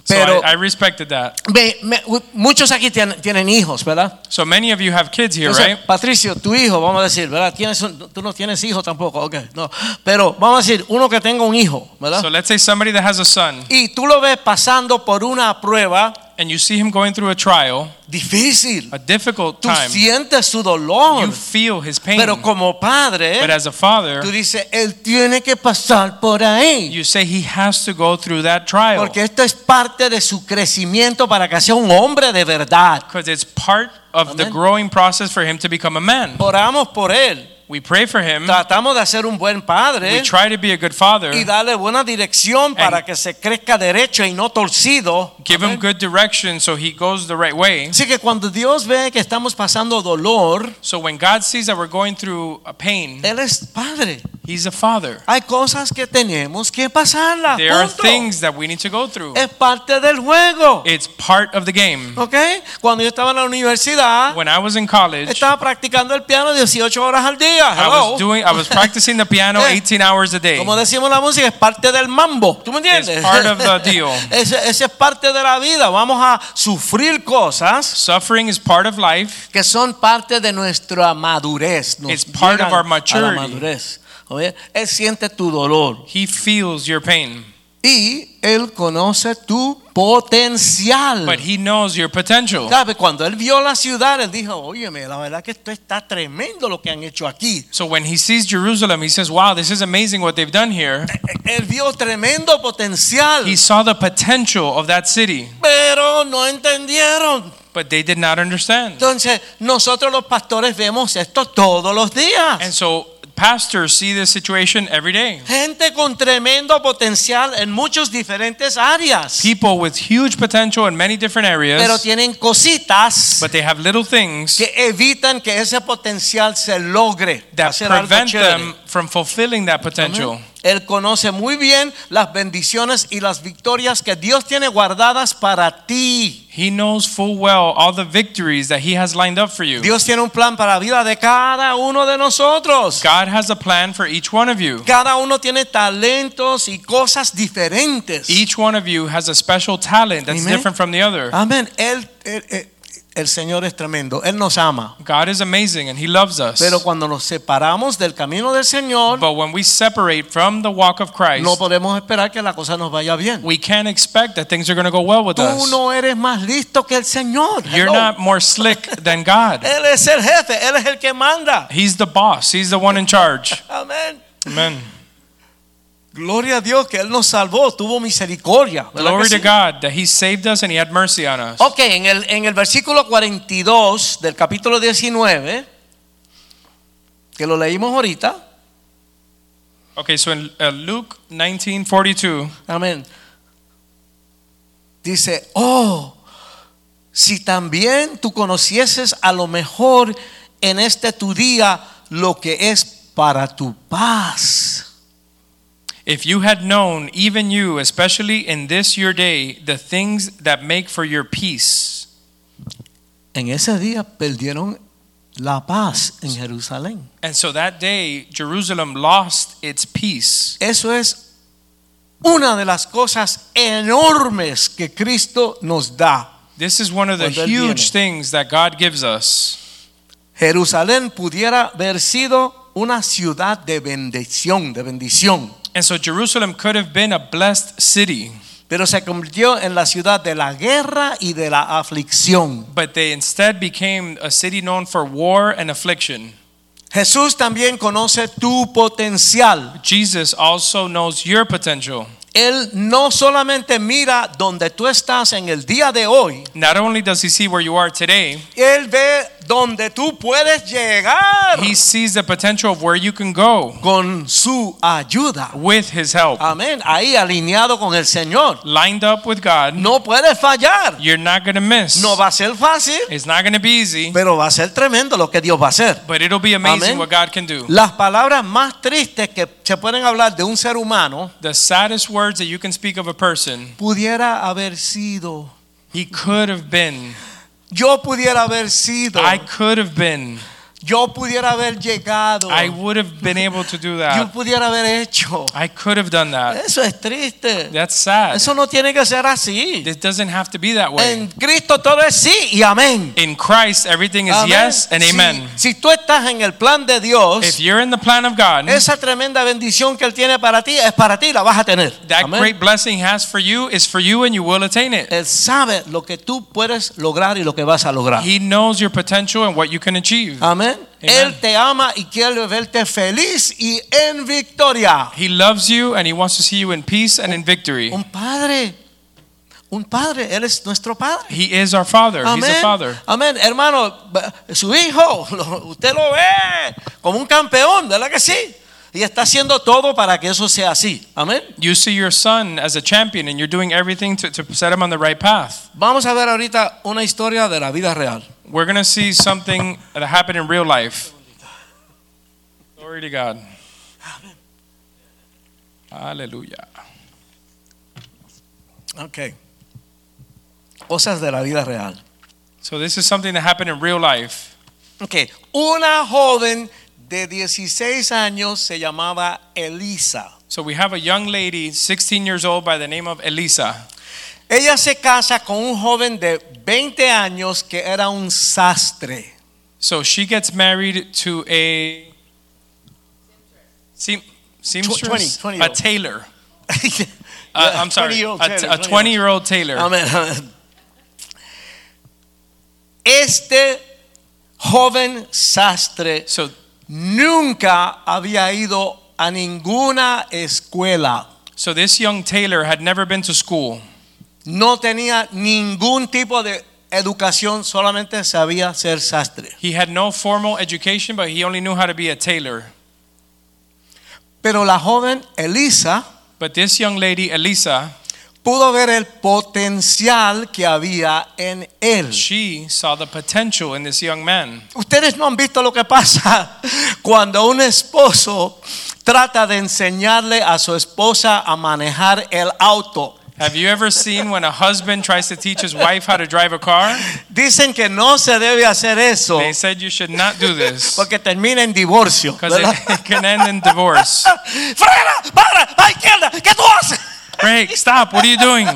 C: So
B: Pero
C: I, I respected that.
B: ve- me- muchos aquí tienen, tienen hijos, ¿verdad?
C: So many of you have kids here,
B: Entonces,
C: right?
B: Patricio, tu hijo, vamos a decir, ¿verdad? Tienes un- tú no tienes hijo tampoco, ok, no. Pero vamos a decir, uno que tenga un hijo, ¿verdad?
C: So let's say somebody that has a son
B: y tú lo ves pasando por una prueba
C: and you see him going through a trial,
B: difícil.
C: a difficult
B: Tú
C: time.
B: sientes su dolor,
C: You feel his pain.
B: pero como
C: But
B: padre,
C: as a father,
B: tú dices, él tiene que pasar por ahí.
C: you say he has to go through that trial
B: Porque esto es parte de su crecimiento para que sea un hombre de verdad.
C: because it's part of the
B: Amen.
C: growing process for him to become a man.
B: Oramos por él,
C: We pray for him.
B: tratamos de hacer un buen
C: Mm-hmm. We
B: padre
C: try to be a good father.
B: y darle buena dirección para que se crezca derecho y no torcido.
C: Give him
B: Amén.
C: good direction so he goes the right way.
B: Así que cuando Dios ve que estamos pasando dolor,
C: So when God sees that we're going through a pain,
B: Él es padre.
C: he's a father.
B: Hay cosas que tenemos que pasarlas.
C: There are
B: punto.
C: things Eh. that we need to go through.
B: Es parte del juego.
C: It's part of the game.
B: ¿Ok? Cuando yo estaba en la universidad,
C: When I was in college,
B: estaba practicando el piano 18 horas al día.
C: I
B: Hello.
C: was doing I was practicing the piano
B: Eh,
C: 18 hours a day.
B: Como decimos en la música, es parte del mambo. ¿Tú me entiendes?
C: It's part of the deal.
B: Ese, ese es parte de la vida. Vamos a sufrir cosas
C: Suffering is part of life.
B: que son parte de nuestra madurez. Nos
C: It's part of
B: llegan
C: our
B: A la
C: maturity.
B: madurez. ¿Oye? Él siente tu dolor.
C: He feels your pain,
B: Y Él conoce tu potencial.
C: but he knows your potential.
B: ¿Sabe? Cuando Él vio la ciudad, Él dijo, óyeme, la verdad que esto está tremendo lo que han hecho aquí.
C: So when he sees Jerusalem, he says, "Wow, this is amazing what they've done here."
B: Él vio tremendo potencial,
C: He saw the potential of that city,
B: pero no entendieron.
C: but they did not understand.
B: Entonces, nosotros los pastores vemos esto todos los días.
C: And so pastors see this situation every day.
B: Gente con tremendo potencial en muchas diferentes áreas,
C: People with huge potential in many different
B: pero
C: areas,
B: tienen cositas
C: but they have little things
B: que evitan que ese potencial se logre.
C: that
B: hacer algo
C: prevent
B: chévere.
C: them from fulfilling that potential.
B: Él conoce muy bien las bendiciones y las victorias que Dios tiene guardadas para ti.
C: He knows full well all the victories that He has lined up for you.
B: Dios tiene un plan para la vida de cada uno de nosotros.
C: God has a plan for each one of you.
B: Cada uno tiene talentos y cosas diferentes.
C: Each one of you has a special talent that's
B: Amen.
C: different from the other.
B: Amén. Él, él- él- el Señor es tremendo. Él nos ama.
C: God is amazing and He loves us.
B: Pero cuando nos separamos del camino del Señor,
C: But when we separate from the walk of Christ,
B: no podemos esperar que la cosa nos vaya bien.
C: we can't expect that things are going to go well with
B: Tú
C: us.
B: no eres más listo que el Señor.
C: You're
B: Hello.
C: not more slick than God.
B: Él es el jefe, Él es el que manda.
C: He's the boss, He's the one in charge.
B: Amén.
C: Amen.
B: Gloria a Dios que Él nos salvó, tuvo misericordia. ¿verdad
C: Glory
B: que sí?
C: to God that He saved us and He had mercy on us.
B: Ok, en el, en el versículo 42 del capítulo 19, que lo leímos ahorita,
C: Okay, so in uh, Luke 19:42,
B: amén, dice, oh, si también tú conocieses a lo mejor en este tu día lo que es para tu paz.
C: if you had known, even you, especially in this your day, the things that make for your peace.
B: En ese día perdieron la paz en Jerusalén.
C: And so that day, Jerusalem lost its peace.
B: Eso es una de las cosas enormes que Cristo nos da.
C: This is one of the
B: Cuando él
C: huge
B: viene.
C: things that God gives us.
B: Jerusalén pudiera haber sido una ciudad de bendición, de bendición,
C: And so Jerusalem could have been a blessed city,
B: pero se convirtió en la ciudad de la guerra y de la aflicción.
C: but they instead became a city known for war and affliction.
B: Jesús también conoce tu potencial.
C: Jesus also knows your potential.
B: Él no solamente mira donde tú estás en el día de hoy,
C: Not only does he see where you are today,
B: Él ve donde tú puedes llegar
C: he sees the potential of where you can go
B: con su ayuda.
C: with his help.
B: Amén. Ahí alineado con el Señor.
C: Lined up with God,
B: No puedes fallar.
C: you're not going to miss.
B: No va a ser fácil,
C: It's not going to be easy,
B: pero va a ser tremendo lo que Dios va a hacer.
C: but it'll be amazing
B: Amén.
C: what God can do.
B: Las palabras más tristes que se pueden hablar de un ser humano
C: The saddest words that you can speak of a person,
B: pudiera haber sido.
C: he could have been.
B: Yo pudiera haber sido.
C: I could have been.
B: yo pudiera haber llegado.
C: I would have been able to
B: yo
C: do that.
B: pudiera haber hecho.
C: I could have done that.
B: Eso es triste.
C: That's sad.
B: Eso no tiene que ser así.
C: This doesn't have to be that way.
B: En Cristo todo es sí y amén.
C: In Christ, everything is
B: Amén.
C: yes and
B: Si-
C: amen.
B: Si, tú estás en el plan de Dios,
C: If you're in the plan of God,
B: Esa tremenda bendición que Él tiene para ti es para ti, la vas a tener.
C: that
B: Amén.
C: great blessing he has for you is for you and you will attain it.
B: Él sabe lo que tú puedes lograr y lo que vas a lograr.
C: He knows your potential and what you can achieve.
B: Amén. Él te ama y quiere verte feliz y en victoria.
C: He loves you and he wants to see you in peace and in victory.
B: Un padre, un padre, Él es nuestro padre.
C: He is our Father. He's a
B: Amén.
C: Father.
B: Amén. Hermano, su hijo, lo- usted lo ve como un campeón, ¿verdad que sí? Y está haciendo todo para que eso sea así. Amén.
C: You see your son as a champion and you're doing everything to, to set him on the right path.
B: Vamos a ver ahorita una historia de la vida real.
C: We're going to see something that happened in real life. Glory to God. Hallelujah.
B: Ok. Cosas de la vida real.
C: So, this is something that happened in real life.
B: Ok. Una joven de 16 años se llamaba Elisa.
C: So, we have a young lady, 16 years old, by the name of Elisa.
B: Ella se casa con un joven de 20 años que era un sastre.
C: So, she gets married to a seam, seamstress,
B: 20
C: a
B: year old.
C: tailor. Uh, I'm sorry, a- a 20 year old tailor.
B: Amén. Este joven sastre
C: so,
B: nunca había ido a ninguna escuela.
C: so, this young tailor had never been to school.
B: no tenía ningún tipo de educación, solamente sabía ser sastre.
C: He had no formal education, but he only knew how to be a tailor.
B: Pero la joven Elisa
C: But this young lady, Elisa,
B: pudo ver el potencial que había en él.
C: she saw the potential in this young man.
B: Ustedes no han visto lo que pasa cuando un esposo trata de enseñarle a su esposa a manejar el auto.
C: Have you ever seen when a husband tries to teach his wife how to drive a car?
B: Dicen que no se debe hacer eso
C: They said you should not do this
B: porque termina en divorcio.
C: because
B: ¿verdad?
C: it, it can end in divorce.
B: ¡Frena! ¡Para! ¡A izquierda! ¿Qué tú haces?
C: Break, stop, what are you doing?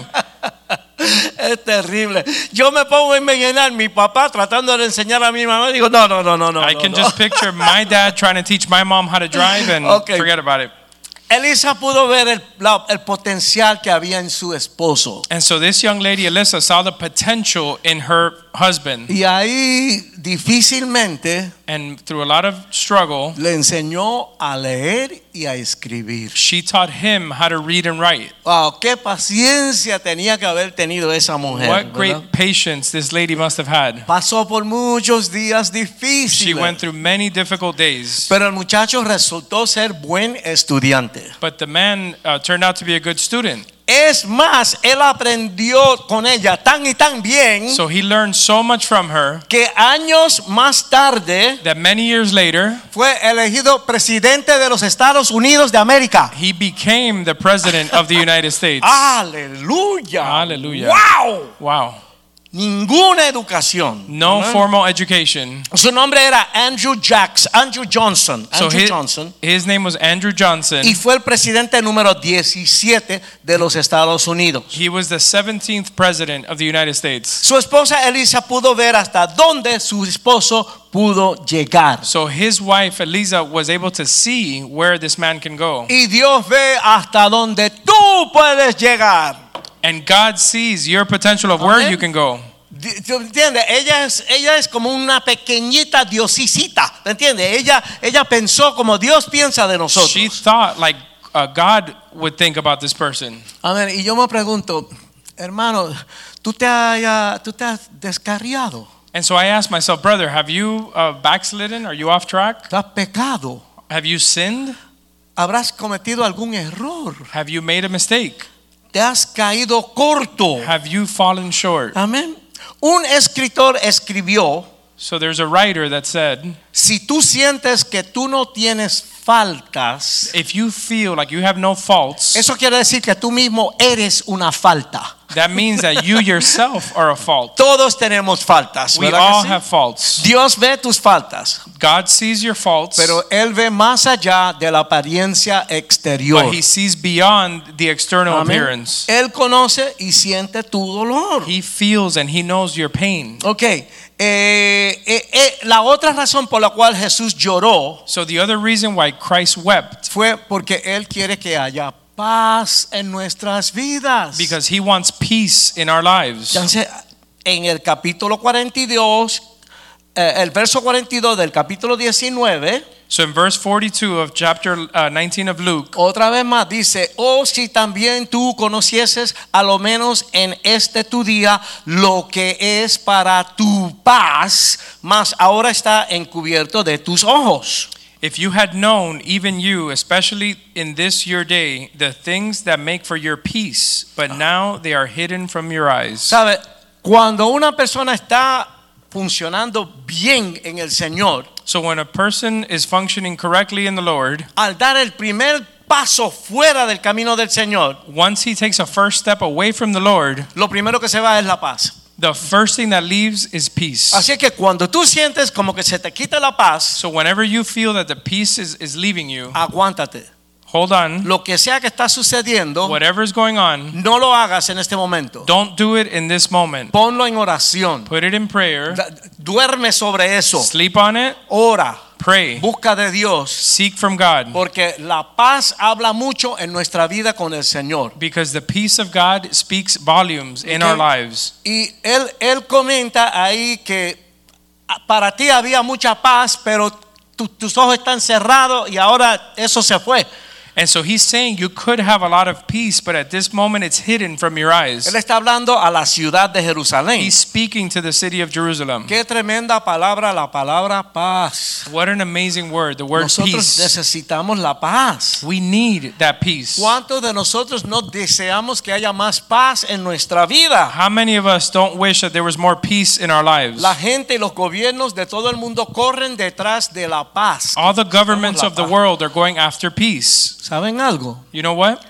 B: Es terrible. Yo me pongo a envenenar mi papá tratando de enseñar a mi mamá. Digo, no, no, no, no, no.
C: I
B: no,
C: can
B: no.
C: just picture my dad trying to teach my mom how to drive and
B: Okay.
C: forget about it.
B: Elisa pudo ver el, la- el potencial que había en su esposo.
C: And so this young lady, Alyssa, saw the potential in her husband
B: Y ahí difícilmente
C: and through a lot of struggle,
B: le enseñó a leer y a escribir.
C: she taught him how to read and write.
B: Wow, qué paciencia tenía que haber tenido esa mujer. ¿verdad?
C: What great patience this lady must have had.
B: Pasó por muchos días
C: She
B: difíciles.
C: went through many difficult days,
B: Pero el muchacho resultó ser buen estudiante.
C: but the man uh, turned out to be a good student.
B: Es más, él aprendió con ella tan y tan bien
C: So he learned so much from her
B: que años más tarde
C: that many years later,
B: fue elegido presidente de los Estados Unidos de América.
C: he became the president of the United States.
B: Ah. Aleluya.
C: Aleluya.
B: Wow.
C: Wow.
B: Ninguna educación.
C: No
B: Amen.
C: formal education.
B: Su nombre era Andrew Jackson, Andrew Johnson,
C: So
B: Andrew
C: his,
B: Johnson,
C: his name was Andrew Johnson.
B: y fue el presidente número 17 de los Estados Unidos.
C: He was the 17th president of the United States.
B: Su esposa Elisa pudo ver hasta dónde su esposo pudo llegar.
C: So his wife Eliza was able to see where this man can go.
B: Y Dios ve hasta dónde tú puedes llegar.
C: And God sees your potential of where
B: Amen.
C: you can go.
B: Di- ¿Tú entiendes? Ella es, ella es como una pequeñita diosicita. ¿Te entiendes? Ella, ella pensó como Dios piensa de
C: She
B: nosotros.
C: thought like uh, God would think about this person.
B: Amén. Y yo me pregunto, hermano, ¿tú te, haya- tú te has descarriado?
C: And so I asked myself, brother, have you uh, backslidden? Are you off track?
B: ¿Tú has pecado?
C: Have you sinned?
B: ¿Habrás cometido algún error?
C: Have you made a mistake?
B: ¿Te has caído corto?
C: Have you fallen short?
B: Amén. Un escritor escribió,
C: So there's a writer that said,
B: si tú sientes que tú no tienes faltas,
C: if you feel like you have no faults,
B: Eso quiere decir que tú mismo eres una falta.
C: that means that you yourself are a fault.
B: Todos tenemos faltas.
C: We
B: ¿verdad
C: all
B: que sí?
C: have faults.
B: Dios ve tus faltas,
C: God sees your faults,
B: pero Él ve más allá de la apariencia exterior.
C: but He sees beyond the external
B: Amén.
C: appearance.
B: Él conoce y siente tu dolor.
C: He feels and He knows your pain.
B: ok, eh, eh, eh, la otra razón por la cual Jesús lloró
C: So the other reason why Christ wept,
B: fue porque Él quiere que haya paz en nuestras vidas.
C: because He wants peace in our lives.
B: Entonces, en el capítulo 42, eh, el verso 42 del capítulo 19,
C: So in verse 42 of chapter uh, 19 of Luke,
B: otra vez más dice, oh si también tú conocieses a lo menos en este tu día lo que es para tu paz, mas ahora está encubierto de tus ojos.
C: if you had known, even you, especially in this your day, the things that make for your peace, but now they are hidden from your eyes.
B: ¿Sabe? Cuando una persona está funcionando bien en el Señor,
C: So when a person is functioning correctly in the Lord,
B: al dar el primer paso fuera del camino del Señor,
C: once he takes a first step away from the Lord,
B: lo primero que se va es la paz.
C: the first thing that leaves is peace.
B: Así es que cuando tú sientes como que se te quita la paz,
C: So whenever you feel that the peace is, is leaving you,
B: aguántate.
C: hold on.
B: Lo que sea que está sucediendo,
C: Whatever's going on,
B: no lo hagas en este momento.
C: don't do it in this moment.
B: Ponlo en oración.
C: Put it in prayer,
B: Da- Duerme sobre eso.
C: sleep on it,
B: Ora.
C: pray,
B: Busca de Dios.
C: seek from God.
B: Porque la paz habla mucho en nuestra vida con el Señor.
C: Because the peace of God speaks volumes in our
B: Okay.
C: lives.
B: Y él, él comenta ahí que ah, para ti había mucha paz, pero tu- tus ojos están cerrados y ahora eso se fue.
C: And so he's saying you could have a lot of peace, but at this moment it's hidden from your eyes.
B: Él está hablando a la ciudad de Jerusalén.
C: He's speaking to the city of Jerusalem.
B: Qué tremenda palabra, la palabra paz.
C: What an amazing word, the word
B: Nosotros
C: peace.
B: necesitamos la paz.
C: We need that peace.
B: ¿Cuántos de nosotros no deseamos que haya más paz en nuestra vida?
C: How many of us don't wish that there was more peace in our lives?
B: La gente y los gobiernos de todo el mundo corren detrás de la paz.
C: All the governments
B: la
C: of the
B: paz.
C: world are going after peace.
B: ¿Saben algo?
C: You know what?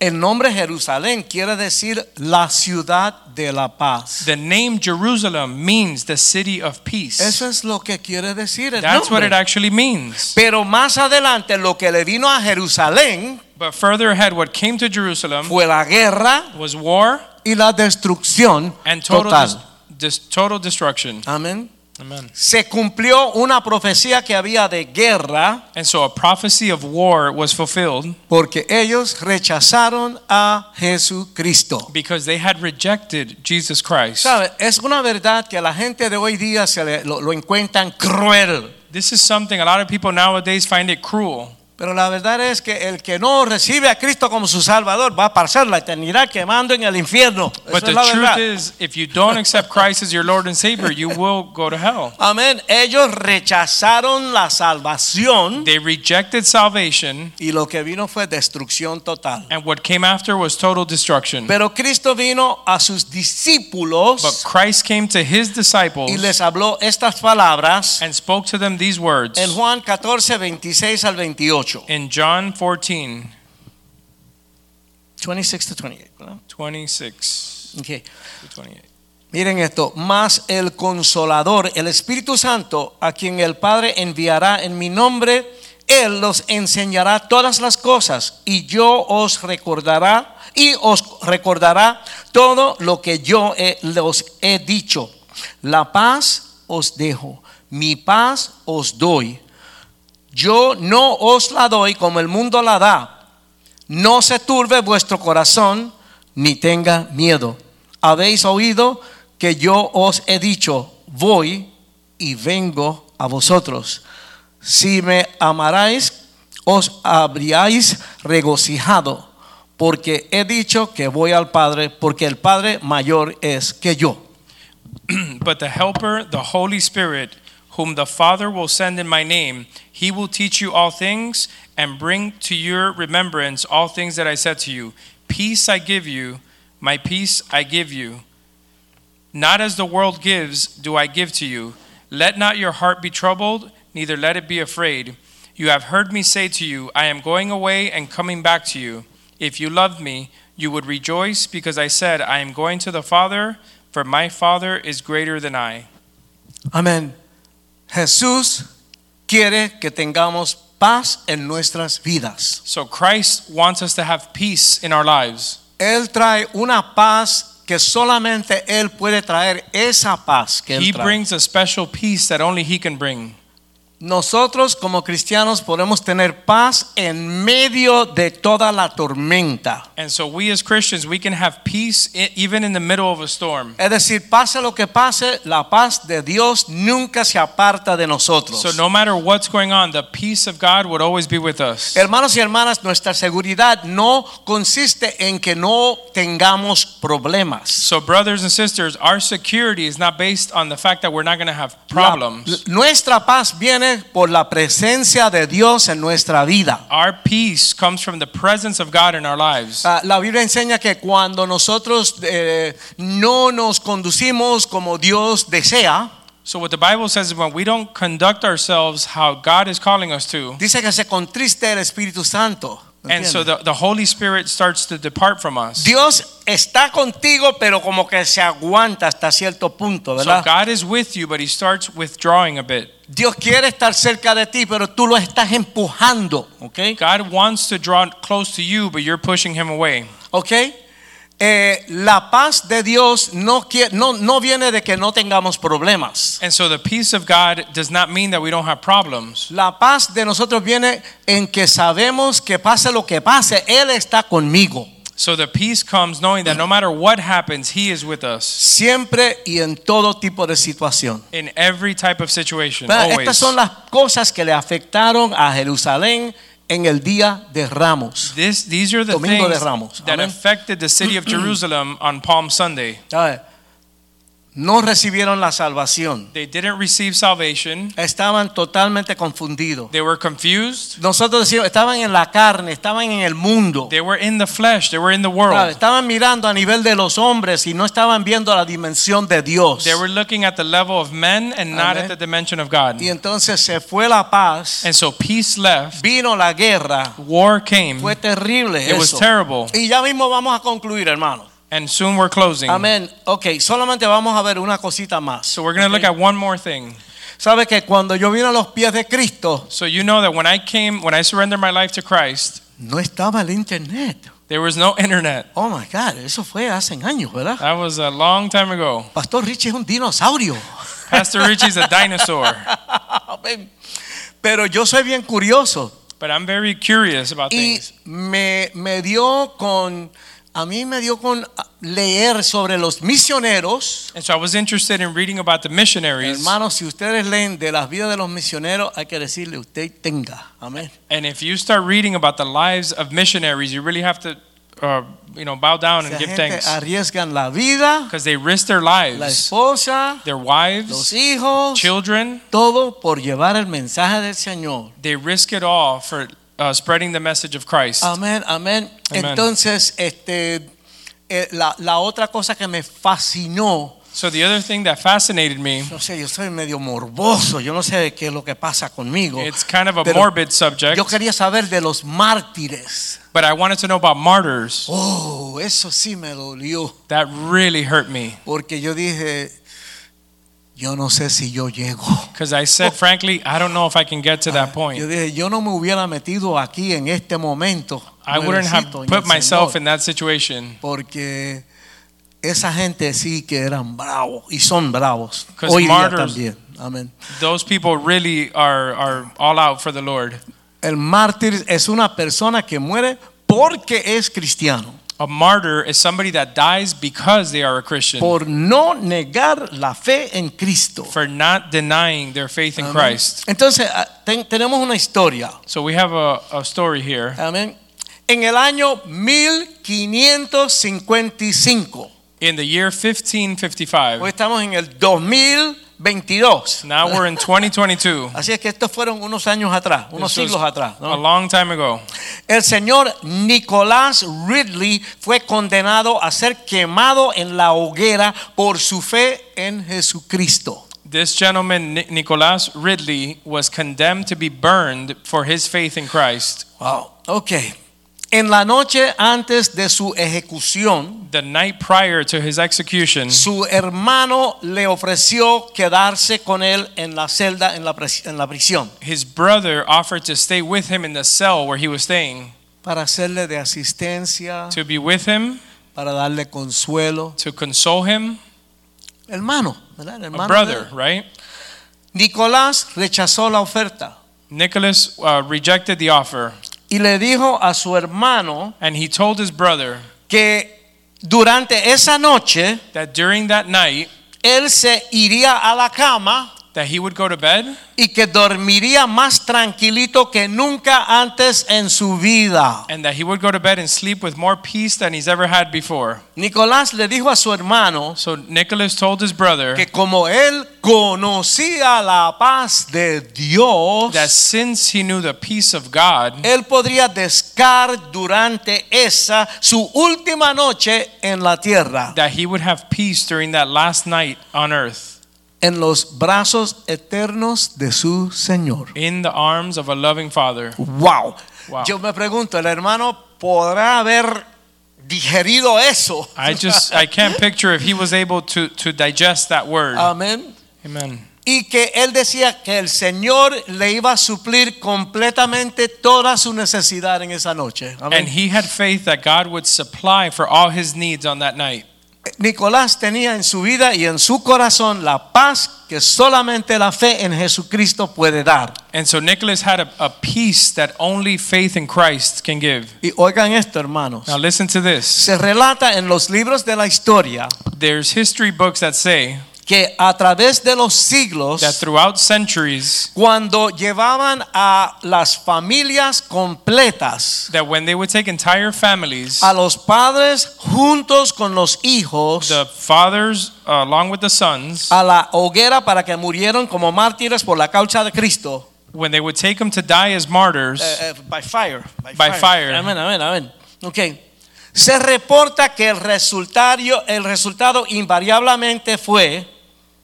B: El nombre Jerusalén quiere decir la ciudad de la paz.
C: The name Jerusalem means the city of peace.
B: Eso es lo que quiere decir el
C: That's what
B: nombre.
C: it actually means.
B: Pero más adelante lo que le vino a Jerusalén
C: But further ahead, what came to Jerusalem
B: fue la guerra
C: was war
B: y la destrucción
C: and total, dis-
B: total.
C: dis- total destruction.
B: Amén.
C: Amen.
B: Se cumplió una profecía que había de guerra
C: And so a prophecy of war was fulfilled
B: porque ellos rechazaron a Jesucristo.
C: because they had rejected Jesus Christ.
B: ¿Sabe? Es una verdad que a la gente de hoy día se le- lo, lo encuentran cruel.
C: This is something a lot of people nowadays find it cruel.
B: Pero la verdad es que el que no recibe a Cristo como su Salvador va a pasar la eternidad quemando en el infierno. Eso
C: But
B: es
C: the
B: la
C: truth
B: verdad.
C: is, if you don't accept Christ as your Lord and Savior, you will go to hell.
B: Amén. Ellos rechazaron la salvación
C: They rejected salvation,
B: y lo que vino fue destrucción total.
C: and what came after was total destruction.
B: Pero Cristo vino a sus
C: But
B: discípulos
C: Christ came to his
B: y
C: disciples
B: les habló estas palabras
C: and spoke to them these words
B: en Juan 14, 26 al 28.
C: in John 14
B: 26 to 28. ¿verdad?
C: 26
B: Ok.
C: to 28.
B: Miren esto, más el consolador, el Espíritu Santo, a quien el Padre enviará en mi nombre, él los enseñará todas las cosas y yo os recordará y os recordará todo lo que yo he- los he dicho. La paz os dejo, mi paz os doy. Yo no os la doy como el mundo la da. No se turbe vuestro corazón, ni tenga miedo. Habéis oído que yo os he dicho, voy y vengo a vosotros. Si me amaráis, os habríais regocijado, porque he dicho que voy al Padre, porque el Padre mayor es que yo.
C: But the Helper, the Holy Spirit, whom the Father will send in my name, he will teach you all things and bring to your remembrance all things that I said to you. Peace I give you, my peace I give you. Not as the world gives, do I give to you. Let not your heart be troubled, neither let it be afraid. You have heard me say to you, I am going away and coming back to you. If you loved me, you would rejoice because I said, I am going to the Father for my Father is greater than I.
B: Amén. Jesús quiere que tengamos paz en nuestras vidas.
C: So Christ wants us to have peace in our lives.
B: Él trae una paz que solamente Él puede traer, esa paz que
C: he
B: Él trae.
C: brings a special peace that only He can bring.
B: Nosotros como cristianos podemos tener paz en medio de toda la tormenta.
C: And so we as Christians, we can have peace i- even in the middle of a storm.
B: Es decir, pase lo que pase, la paz de Dios nunca se aparta de nosotros.
C: So no matter what's going on, the peace of God would always be with us.
B: Hermanos y hermanas, nuestra seguridad no consiste en que no tengamos problemas.
C: So brothers and sisters, our security is not based on the fact that we're not going to have problems.
B: La- nuestra paz viene por la presencia de Dios en nuestra vida.
C: Our peace comes from the presence of God in our lives.
B: Ah, la Biblia enseña que cuando nosotros eh, no nos conducimos como Dios desea,
C: So what the Bible says is when we don't conduct ourselves how God is calling us to,
B: dice que se contriste el Espíritu Santo. ¿me
C: And so
B: entiendes?
C: the, the Holy Spirit starts to depart from us.
B: Dios está contigo, pero como que se aguanta hasta cierto punto,
C: So
B: ¿verdad?
C: God is with you, but He starts withdrawing a bit.
B: Dios quiere estar cerca de ti, pero tú lo estás empujando, ¿ok?
C: God wants to draw close to you, but you're pushing Him away.
B: ¿Ok? Eh, la paz de Dios no, quie- no, no viene de que no tengamos problemas.
C: And so the peace of God does not mean that we don't have problems.
B: La paz de nosotros viene en que sabemos que pase lo que pase, Él está conmigo.
C: So the peace comes knowing that no matter what happens, He is with us
B: Siempre y en todo tipo de situación.
C: in every type of situation,
B: ¿Verdad? Estas
C: always.
B: son las cosas que le afectaron a Jerusalén en el día de Ramos.
C: This, these are the
B: Domingo de
C: things
B: Ramos.
C: that
B: Amén.
C: affected the city of Jerusalem on Palm Sunday.
B: ¿Sabe? No recibieron la salvación.
C: They didn't receive salvation.
B: Estaban totalmente confundidos.
C: They were confused.
B: Nosotros decimos, estaban en la carne, estaban en el mundo.
C: They were in the flesh. They were in the
B: ¿Sabe?
C: world.
B: Estaban mirando a nivel de los hombres y no estaban viendo la dimensión de Dios.
C: They were looking at the level of men and not
B: Amén.
C: at the dimension of God.
B: Y entonces se fue la paz,
C: And so peace left.
B: vino la guerra.
C: War came.
B: Fue terrible
C: It was
B: eso.
C: terrible.
B: Y ya mismo vamos a concluir, hermano.
C: And soon we're closing.
B: Amén. Ok, solamente vamos a ver una cosita más.
C: So we're going to
B: Ok.
C: look at one more thing.
B: Sabe que cuando yo vine a los pies de Cristo,
C: So you know that when I came, when I surrendered my life to Christ,
B: no estaba el internet.
C: there was no internet.
B: Oh my God, eso fue hace años, ¿verdad?
C: That was a long time ago.
B: Pastor Richie es un dinosaurio.
C: Pastor Richie's a dinosaur.
B: Amén. Pero yo soy bien curioso
C: But I'm very curious about
B: y
C: things.
B: me, me dio con, a mí me dio con leer sobre los misioneros.
C: And so I was interested in reading about the missionaries.
B: Hermanos, si ustedes leen de las vidas de los misioneros, hay que decirle usted tenga. Amén.
C: And if you start reading about the lives of missionaries, you really have to, uh, you know, bow down and
B: Esa
C: give
B: gente
C: thanks
B: arriesgan la vida,
C: because they risked their
B: la
C: lives,
B: esposa,
C: their
B: los
C: wives,
B: hijos,
C: children.
B: todo por llevar el mensaje del Señor.
C: They risk it all for uh, spreading the message of Christ.
B: Amén, amén.
C: Amén.
B: Entonces, este, eh, la, la otra cosa que me fascinó,
C: So the other thing that fascinated me,
B: no sé, yo soy medio morboso, yo no sé qué es lo que pasa conmigo.
C: it's kind of a
B: Oh. Pero
C: morbid subject,
B: Yo quería saber de los mártires.
C: but I wanted to know about martyrs.
B: Oh, eso sí me dolió,
C: That really hurt me
B: porque yo dije, yo no sé si yo llego.
C: because I said, frankly, I don't know if I can get to that
B: Oh. Ah, Yo
C: point.
B: dije, yo no me hubiera metido aquí en este momento.
C: I wouldn't have
B: nuevecito en
C: put
B: el
C: myself
B: Señor".
C: in that situation.
B: Porque esa gente sí que eran bravos y son bravos.
C: 'Cause
B: Hoy día
C: martyrs-
B: también. Amén.
C: Those people really are, are all out for the Lord.
B: El mártir es una persona que muere porque es cristiano,
C: A martyr is somebody that dies because they are a Christian
B: por no negar la fe en Cristo.
C: for not denying their faith in
B: Amén.
C: Christ.
B: Entonces, ah, ten- tenemos una historia.
C: So we have a, a story here.
B: Amén. En el año 1555,
C: In the year
B: hoy
C: 1555,
B: estamos en el 2022.
C: now we're in 2022,
B: Así es que estos fueron unos años atrás, unos
C: This was
B: siglos atrás. ¿no?
C: a long time ago,
B: El señor Nicolás Ridley fue condenado a ser quemado en la hoguera por su fe en Jesucristo.
C: this gentleman, Ni- Nicholas Ridley, was condemned to be burned for his faith in Christ.
B: Wow. Ok. En la noche antes de su ejecución,
C: The night prior to his execution,
B: su hermano le ofreció quedarse con él en la celda, en la, pres- en la prisión,
C: his brother offered to stay with him in the cell where he was staying,
B: para hacerle de asistencia,
C: to be with him.
B: para darle consuelo.
C: to console him,
B: Hermano, ¿verdad? El
C: a
B: hermano de
C: brother,
B: él.
C: right?
B: Nicolás rechazó la oferta
C: Nicholas uh, rejected the offer,
B: y le dijo a su hermano,
C: and he told his brother
B: que durante esa noche
C: that during that night
B: él se iría a la cama
C: that he would go to bed
B: y que dormiría más tranquilito que nunca antes en su vida.
C: and that he would go to bed and sleep with more peace than he's ever had before.
B: Nicolás le dijo a su hermano
C: So Nicholas told his brother
B: que como él conocía la paz de Dios,
C: that since he knew the peace of God,
B: él podría descar durante esa su última noche en la tierra,
C: that he would have peace during that last night on earth
B: en los brazos eternos de su Señor.
C: in the arms of a loving father.
B: Wow.
C: Wow.
B: Yo me pregunto, el hermano podrá haber digerido eso.
C: I just I can't picture if he was able to to digest that word.
B: Amén.
C: Amen.
B: Y que él decía que el Señor le iba a suplir completamente toda su necesidad en esa noche. Amén.
C: And he had faith that God would supply for all his needs on that night.
B: Nicolás tenía en su vida y en su corazón la paz que solamente la fe en Jesucristo puede dar.
C: And so Nicholas had a, a peace that only faith in Christ can give.
B: Y oigan esto, hermanos.
C: Now listen to this.
B: Se relata en los libros de la historia
C: There's history books that say
B: que a través de los siglos,
C: that throughout centuries,
B: cuando llevaban a las familias completas,
C: that when they would take entire families,
B: a los padres juntos con los hijos,
C: the fathers uh, along with the sons,
B: a la hoguera para que murieron como mártires por la causa de Cristo.
C: when they would take them to die as martyrs,
B: Eh, eh, by fire. By,
C: By fire.
B: Amén, amén, amén. Ok. Se reporta que el resultario, el resultado invariablemente fue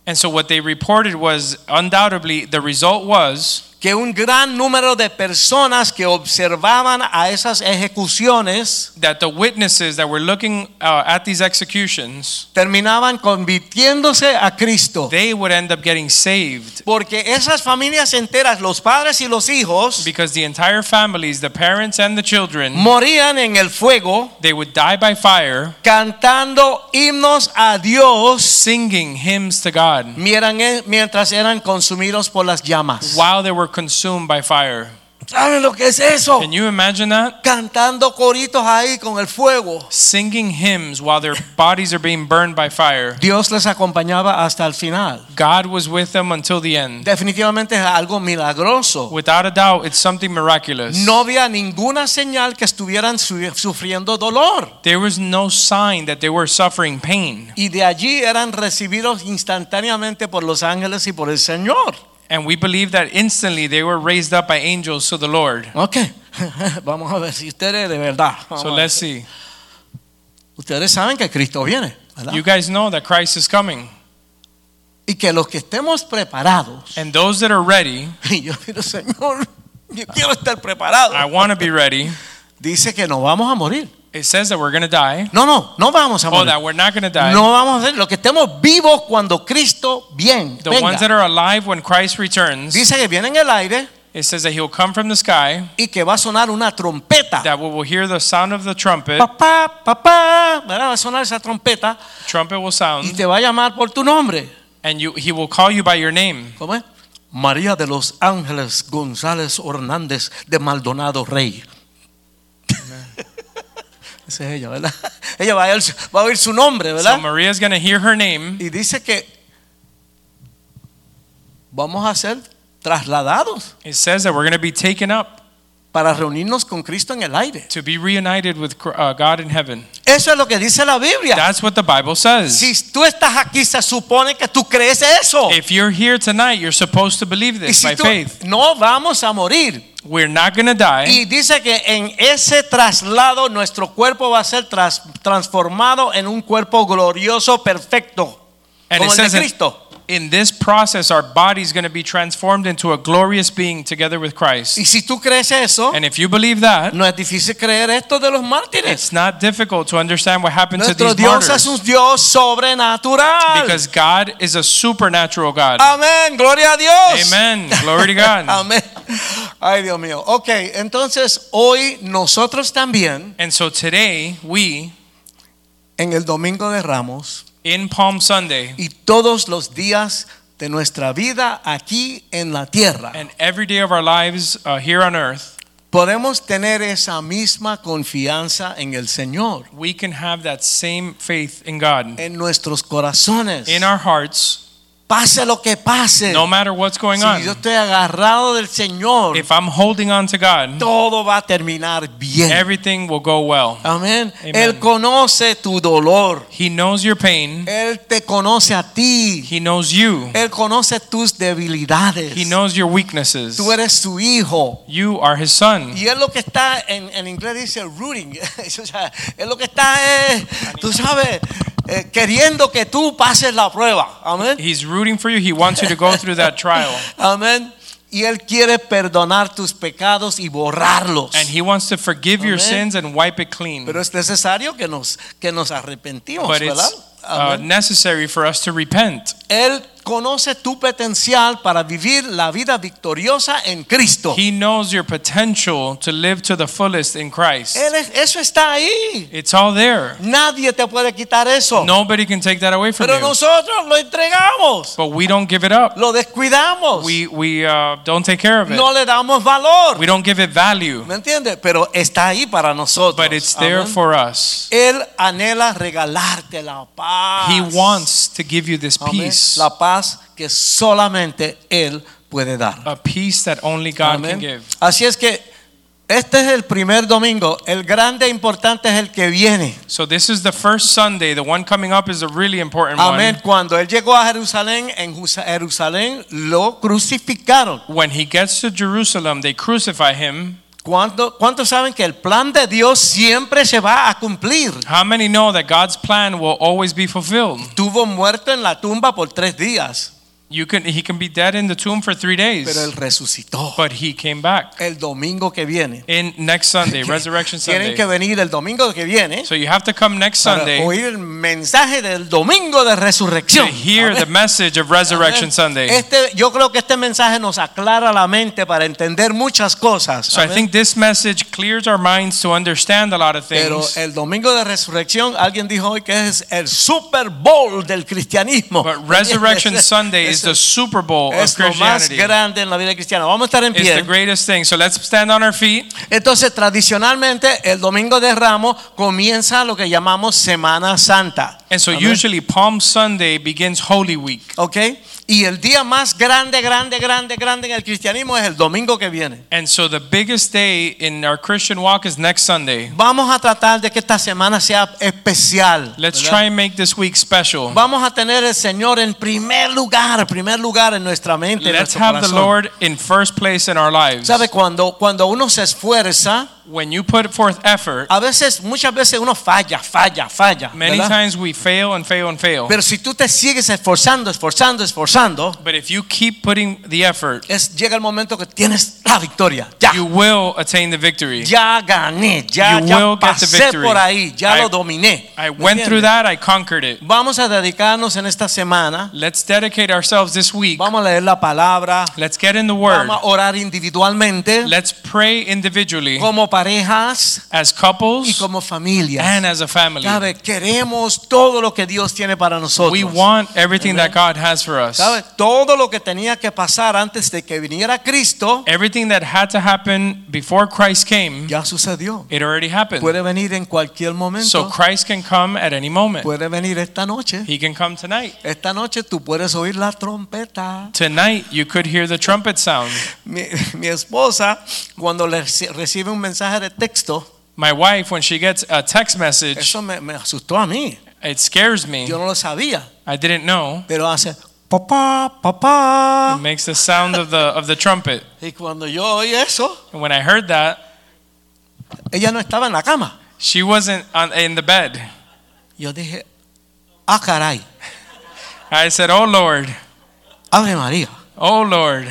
C: and so what they reported was undoubtedly the result was
B: que un gran número de personas que observaban a esas ejecuciones
C: that the witnesses that were looking uh, at these executions,
B: terminaban convirtiéndose a Cristo.
C: they would end up getting saved
B: Porque esas familias enteras, los padres y los hijos,
C: because the entire families, the parents and the children,
B: morían en el fuego
C: they would die by fire,
B: cantando himnos a Dios
C: singing hymns to God
B: miran- mientras eran consumidos por las llamas.
C: while they were consumed by fire.
B: ¿Saben lo que es eso?
C: Can you imagine that?
B: Cantando coritos ahí con el fuego.
C: Singing hymns while their bodies are being burned by fire.
B: Dios les acompañaba hasta el final.
C: God was with them until the end.
B: Definitivamente es algo milagroso.
C: Without a doubt, it's something miraculous.
B: No había ninguna señal que estuvieran su- sufriendo dolor.
C: There was no sign that they were suffering pain.
B: Y de allí eran recibidos instantáneamente por los ángeles y por el Señor.
C: And we believe that instantly they were raised up by angels to the Lord.
B: Ok, vamos a ver si ustedes de verdad. vamos
C: So
B: a ver.
C: let's see.
B: Ustedes saben que Cristo viene. ¿verdad?
C: You guys know that Christ is coming.
B: Y que los que estemos preparados.
C: And those that are ready,
B: Y yo digo, Señor, yo quiero estar preparado.
C: I want to be ready.
B: Dice que no vamos a morir.
C: It says that we're going to die.
B: No, no, no vamos a
C: Oh,
B: morir.
C: that we're not going to die.
B: No vamos a ser los que estemos vivos cuando Cristo bien,
C: The
B: venga.
C: ones that are alive when Christ returns,
B: Dice que viene en el aire
C: it says that he'll come from the sky,
B: y que va a sonar una trompeta.
C: that we will hear the sound of the trumpet.
B: Oh. Papá, papá, ¿verdad? va a sonar esa trompeta
C: Trumpet will
B: y
C: sound,
B: te va a llamar por tu nombre.
C: and you, he will call you by your name.
B: ¿Cómo es? María de los Ángeles González Hernández de Maldonado Rey. Esa es ella, ¿verdad? Ella va a, oír, su- va a oír su nombre,
C: So
B: ¿verdad?
C: Maria's going to hear her name,
B: Y dice que vamos a ser trasladados.
C: It says that we're going to be taken up
B: para reunirnos con Cristo en el aire.
C: to be reunited with Cr- uh, God in heaven.
B: Eso es lo que dice la Biblia.
C: That's what the Bible says.
B: Si tú estás aquí, se supone que tú crees eso.
C: If you're here tonight, you're supposed to believe
B: Y
C: this by
B: si tú
C: faith.
B: no vamos a morir.
C: We're not going to die.
B: Y dice que en ese traslado nuestro cuerpo va a ser tras- transformado en un cuerpo glorioso, perfecto,
C: And
B: como el
C: it
B: de
C: says that
B: Cristo.
C: in this process, our body's going to be transformed into a glorious being together
B: Y
C: with Christ.
B: si tú crees eso,
C: And if you believe that,
B: no es difícil creer esto de los mártires.
C: it's not difficult to understand what happened to
B: Nuestro
C: these
B: Dios es
C: martyrs
B: un Dios sobrenatural.
C: because God is a supernatural God.
B: Ah. Amén, gloria a Dios.
C: Amen. Glory to God.
B: Amén. Ay, Dios mío. Ok, entonces hoy nosotros también,
C: And so today, we,
B: en el Domingo de Ramos
C: in Palm Sunday,
B: y todos los días de nuestra vida aquí en la tierra,
C: and every day of our lives uh, here on earth,
B: podemos tener esa misma confianza en el Señor,
C: we can have that same faith in God
B: en nuestros corazones.
C: in our hearts,
B: Pase lo que pase.
C: no matter what's going
B: si yo
C: on.
B: estoy agarrado del Señor,
C: If I'm holding on to God,
B: todo va a terminar bien.
C: everything will go well.
B: Amén.
C: Amen.
B: Él conoce tu dolor.
C: He knows your pain,
B: Él te conoce a ti.
C: He knows you,
B: Él conoce tus debilidades.
C: He knows your weaknesses.
B: Tú eres su hijo.
C: You are His son.
B: Y él lo que está, en, en inglés dice rooting. o sea, él lo que está es, tú sabes, eh, queriendo que tú pases la prueba. Amén.
C: He's rooting for you, He wants you to go through that trial.
B: Amén. Y él quiere perdonar tus pecados y borrarlos.
C: And He wants to forgive your
B: Amen.
C: sins and wipe it clean.
B: Pero es necesario que nos, que nos arrepentimos,
C: But
B: ¿verdad?
C: it's uh,
B: Amén.
C: necessary for us to repent.
B: él conoce tu potencial para vivir la vida victoriosa en Cristo.
C: He knows your potential to live to the fullest in Christ.
B: Él es- eso está ahí.
C: It's all there.
B: Nadie te puede quitar eso.
C: Nobody can take that away from
B: Oh. Pero
C: you.
B: nosotros lo entregamos,
C: But we don't give it up.
B: lo descuidamos,
C: We we uh, don't take care of it.
B: no le damos valor.
C: We don't give it value.
B: ¿Me entiendes? Pero está ahí para nosotros.
C: But it's there
B: Amén.
C: for us.
B: Él anhela regalarte la paz.
C: He wants to give you this
B: Amén.
C: peace,
B: La paz que solamente Él puede dar.
C: a peace that only God
B: Amén.
C: can give.
B: Así es que este es el primer domingo. El grande e importante es el que viene.
C: So this is the first Sunday. The one coming up is a really important
B: Amén. Cuando Él llegó a Jerusalén, en Jusa- Jerusalén lo crucificaron.
C: one. When he gets to Jerusalem, they crucify him.
B: ¿Cuánto- ¿Cuántos saben que el plan de Dios siempre se va a cumplir?
C: How many know that God's plan will always be fulfilled?
B: Tuvo muerto en la tumba por tres días,
C: You can he can be dead in the tomb for 3 days,
B: pero él resucitó
C: but he came back.
B: el domingo que viene.
C: In next Sunday, Resurrection
B: Tienen que
C: Sunday.
B: venir el domingo que viene
C: So you have to come next
B: para
C: Sunday
B: oír el mensaje del domingo de
C: to
B: resurrección.
C: hear the
B: Amén.
C: message of Resurrection
B: Amén.
C: Sunday.
B: Este, yo creo que este mensaje nos aclara la mente para entender muchas cosas.
C: So I
B: Amén.
C: think this message clears our minds to understand a lot of
B: Pero
C: things.
B: el domingo de resurrección, alguien dijo hoy que es el Super Bowl del cristianismo.
C: But Resurrection
B: Ese-
C: Sunday is
B: ese-
C: the Super Bowl of
B: es lo más
C: Christianity.
B: grande en la vida cristiana. Vamos a estar en
C: It's the
B: pie.
C: greatest thing. So let's stand on our feet.
B: Entonces, tradicionalmente, el domingo de Ramos comienza lo que llamamos Semana Santa.
C: And so
B: Amén.
C: usually Palm Sunday begins Holy Week.
B: ¿Ok? Y el día más grande, grande, grande, grande en el cristianismo es el domingo que viene.
C: And so the biggest day in our Christian walk is next Sunday.
B: Vamos a tratar de que esta semana sea especial.
C: Let's
B: ¿verdad?
C: try and make this week special.
B: Vamos a tener el Señor en primer lugar, primer lugar en nuestra mente. en
C: Let's
B: nuestro
C: have the
B: corazón.
C: Lord in first place in our lives.
B: Sabe cuando cuando uno se esfuerza,
C: When you put forth effort,
B: a veces muchas veces uno falla, falla, falla.
C: many
B: ¿verdad?
C: times we fail and fail and fail.
B: Pero si tú te sigues esforzando, esforzando, esforzando,
C: But if you keep putting the effort,
B: es, llega el momento que tienes la victoria. Ya,
C: you will attain the victory.
B: ya gané, ya,
C: You
B: ya
C: will get the
B: pasé
C: victory.
B: por ahí, ya
C: I-
B: lo dominé. ¿Me
C: I went through
B: entiendes?
C: that, I conquered it.
B: Vamos a dedicarnos en esta semana.
C: Let's dedicate ourselves this week.
B: Vamos a leer la palabra.
C: Let's get in the word.
B: Vamos a orar individualmente,
C: Let's pray individually
B: como parejas
C: as
B: y
C: couples
B: como familias.
C: and as a family.
B: ¿Sabe? Queremos todo lo que Dios tiene para nosotros.
C: We want everything
B: Amen.
C: that God has for us.
B: ¿Sabe? Todo lo que tenía que pasar antes de que viniera Cristo
C: Everything that had to happen before Christ came,
B: ya sucedió.
C: it already happened.
B: Puede venir en cualquier momento.
C: So Christ can come at any moment.
B: puede venir esta noche.
C: He can come tonight.
B: Esta noche tú puedes oír la trompeta.
C: Tonight you could hear the trumpet sound.
B: Mi, mi esposa, cuando le reci- recibe un mensaje de texto,
C: My wife, when she gets a text message,
B: eso me, me asustó a mí.
C: it scares me.
B: Yo no lo sabía,
C: I didn't know.
B: pero hace papá, papá.
C: It makes the sound of the of the trumpet.
B: Y cuando yo oí eso,
C: And when I heard that,
B: ella no estaba en la cama.
C: she wasn't on, in the bed.
B: Yo dije, ah, caray,
C: I said, "Oh Lord,
B: Ave María.
C: oh Lord."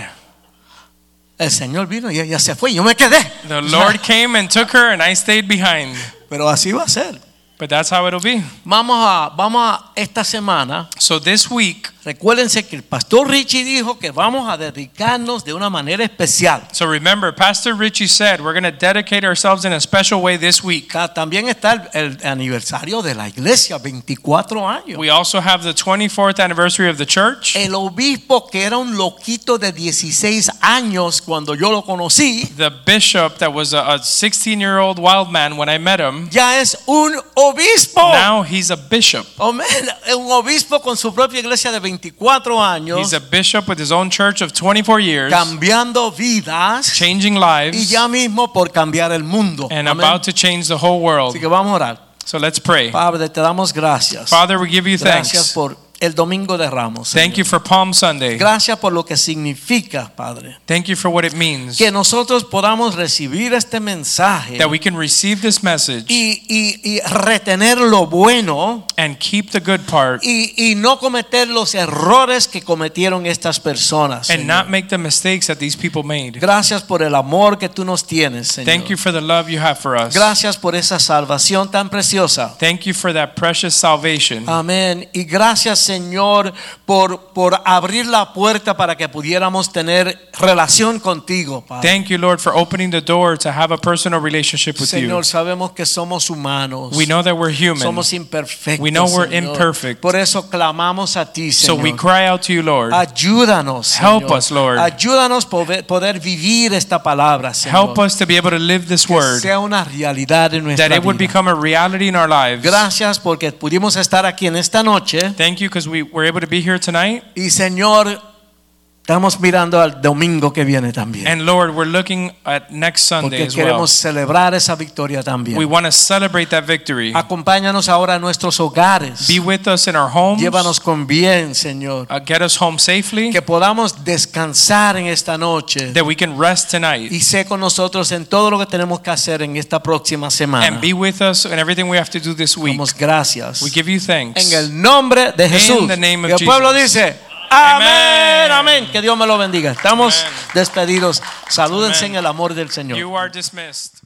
B: El Señor vino y ella se fue y yo me quedé.
C: The Lord came and took her, and I stayed behind.
B: Pero así va a ser.
C: But that's how it'll be.
B: Vamos a, vamos a esta semana.
C: So this week,
B: Recuérdense que el pastor Richie dijo que vamos a dedicarnos de una manera especial.
C: so remember, Pastor Richie said we're going to dedicate ourselves in a special way this week.
B: Ta- También está el, el aniversario de la iglesia, 24 años.
C: We also have the 24th anniversary of the church.
B: El obispo que era un loquito de 16 años cuando yo lo conocí,
C: The bishop that was a 16 year old wild man when I met him,
B: ya es un obispo.
C: now he's a bishop.
B: Amén. Un obispo con su propia iglesia de 24 años,
C: He's a bishop with his own church of 24 years,
B: cambiando vidas.
C: changing
B: y
C: lives,
B: ya mismo por cambiar el mundo.
C: and
B: Amén.
C: about to change the whole world.
B: Así que vamos a orar.
C: So let's pray.
B: Padre, te damos gracias.
C: Father, we give you
B: gracias
C: thanks.
B: por el domingo de Ramos.
C: Thank you for Palm Sunday.
B: Gracias por lo que significa, Padre.
C: Thank you for what it means.
B: Que nosotros podamos recibir este mensaje
C: that we can receive this message
B: y, y- y retener lo bueno
C: and keep the good part
B: y, y no cometer los errores que cometieron estas personas.
C: and
B: Señor.
C: not make the mistakes that these people made.
B: Gracias por el amor que tú nos tienes, Señor.
C: Thank you for the love you have for us.
B: Gracias por esa salvación tan preciosa. Ah.
C: Thank you for that precious salvation.
B: Amén. Y gracias, Señor, por, por abrir la puerta para que pudiéramos tener relación contigo, Padre.
C: Thank you, Lord, for opening the door to have a personal relationship with you.
B: Señor, sabemos que somos humanos.
C: We know that we're human,
B: Somos imperfectos.
C: We know we're
B: Señor.
C: imperfect.
B: Por eso clamamos a ti,
C: so
B: Señor. Ah,
C: we cry out to you, Lord.
B: Ayúdanos,
C: Help
B: Señor.
C: us, Lord.
B: Ayúdanos poder, poder vivir esta palabra, Señor.
C: Help us to be able to live this
B: que
C: word,
B: sea una realidad en nuestra
C: that it would
B: vida.
C: become a reality in our lives.
B: Gracias porque pudimos estar aquí en esta noche
C: Thank you because we were able to be here tonight.
B: y Señor, estamos mirando al domingo que viene también.
C: And Lord, we're looking at next Sunday
B: Porque
C: as well.
B: queremos celebrar esa victoria
C: We
B: también.
C: want to celebrate that victory.
B: Acompáñanos ahora a nuestros hogares.
C: Be with us in our homes.
B: Llévanos con bien, Señor.
C: Uh, get us home safely.
B: Que podamos descansar en esta noche.
C: That we can rest tonight.
B: Y sé con nosotros en todo lo que tenemos que hacer en esta próxima semana.
C: And be with us in everything we have to do this week.
B: Damos gracias.
C: We give you thanks.
B: En el nombre de Jesús.
C: the name of
B: Y el pueblo
C: Jesus.
B: dice, amén,
C: Amen.
B: amén. Que Dios me lo bendiga. Estamos
C: Amen.
B: despedidos. Salúdense
C: Amen.
B: en el amor del Señor.
C: You are dismissed.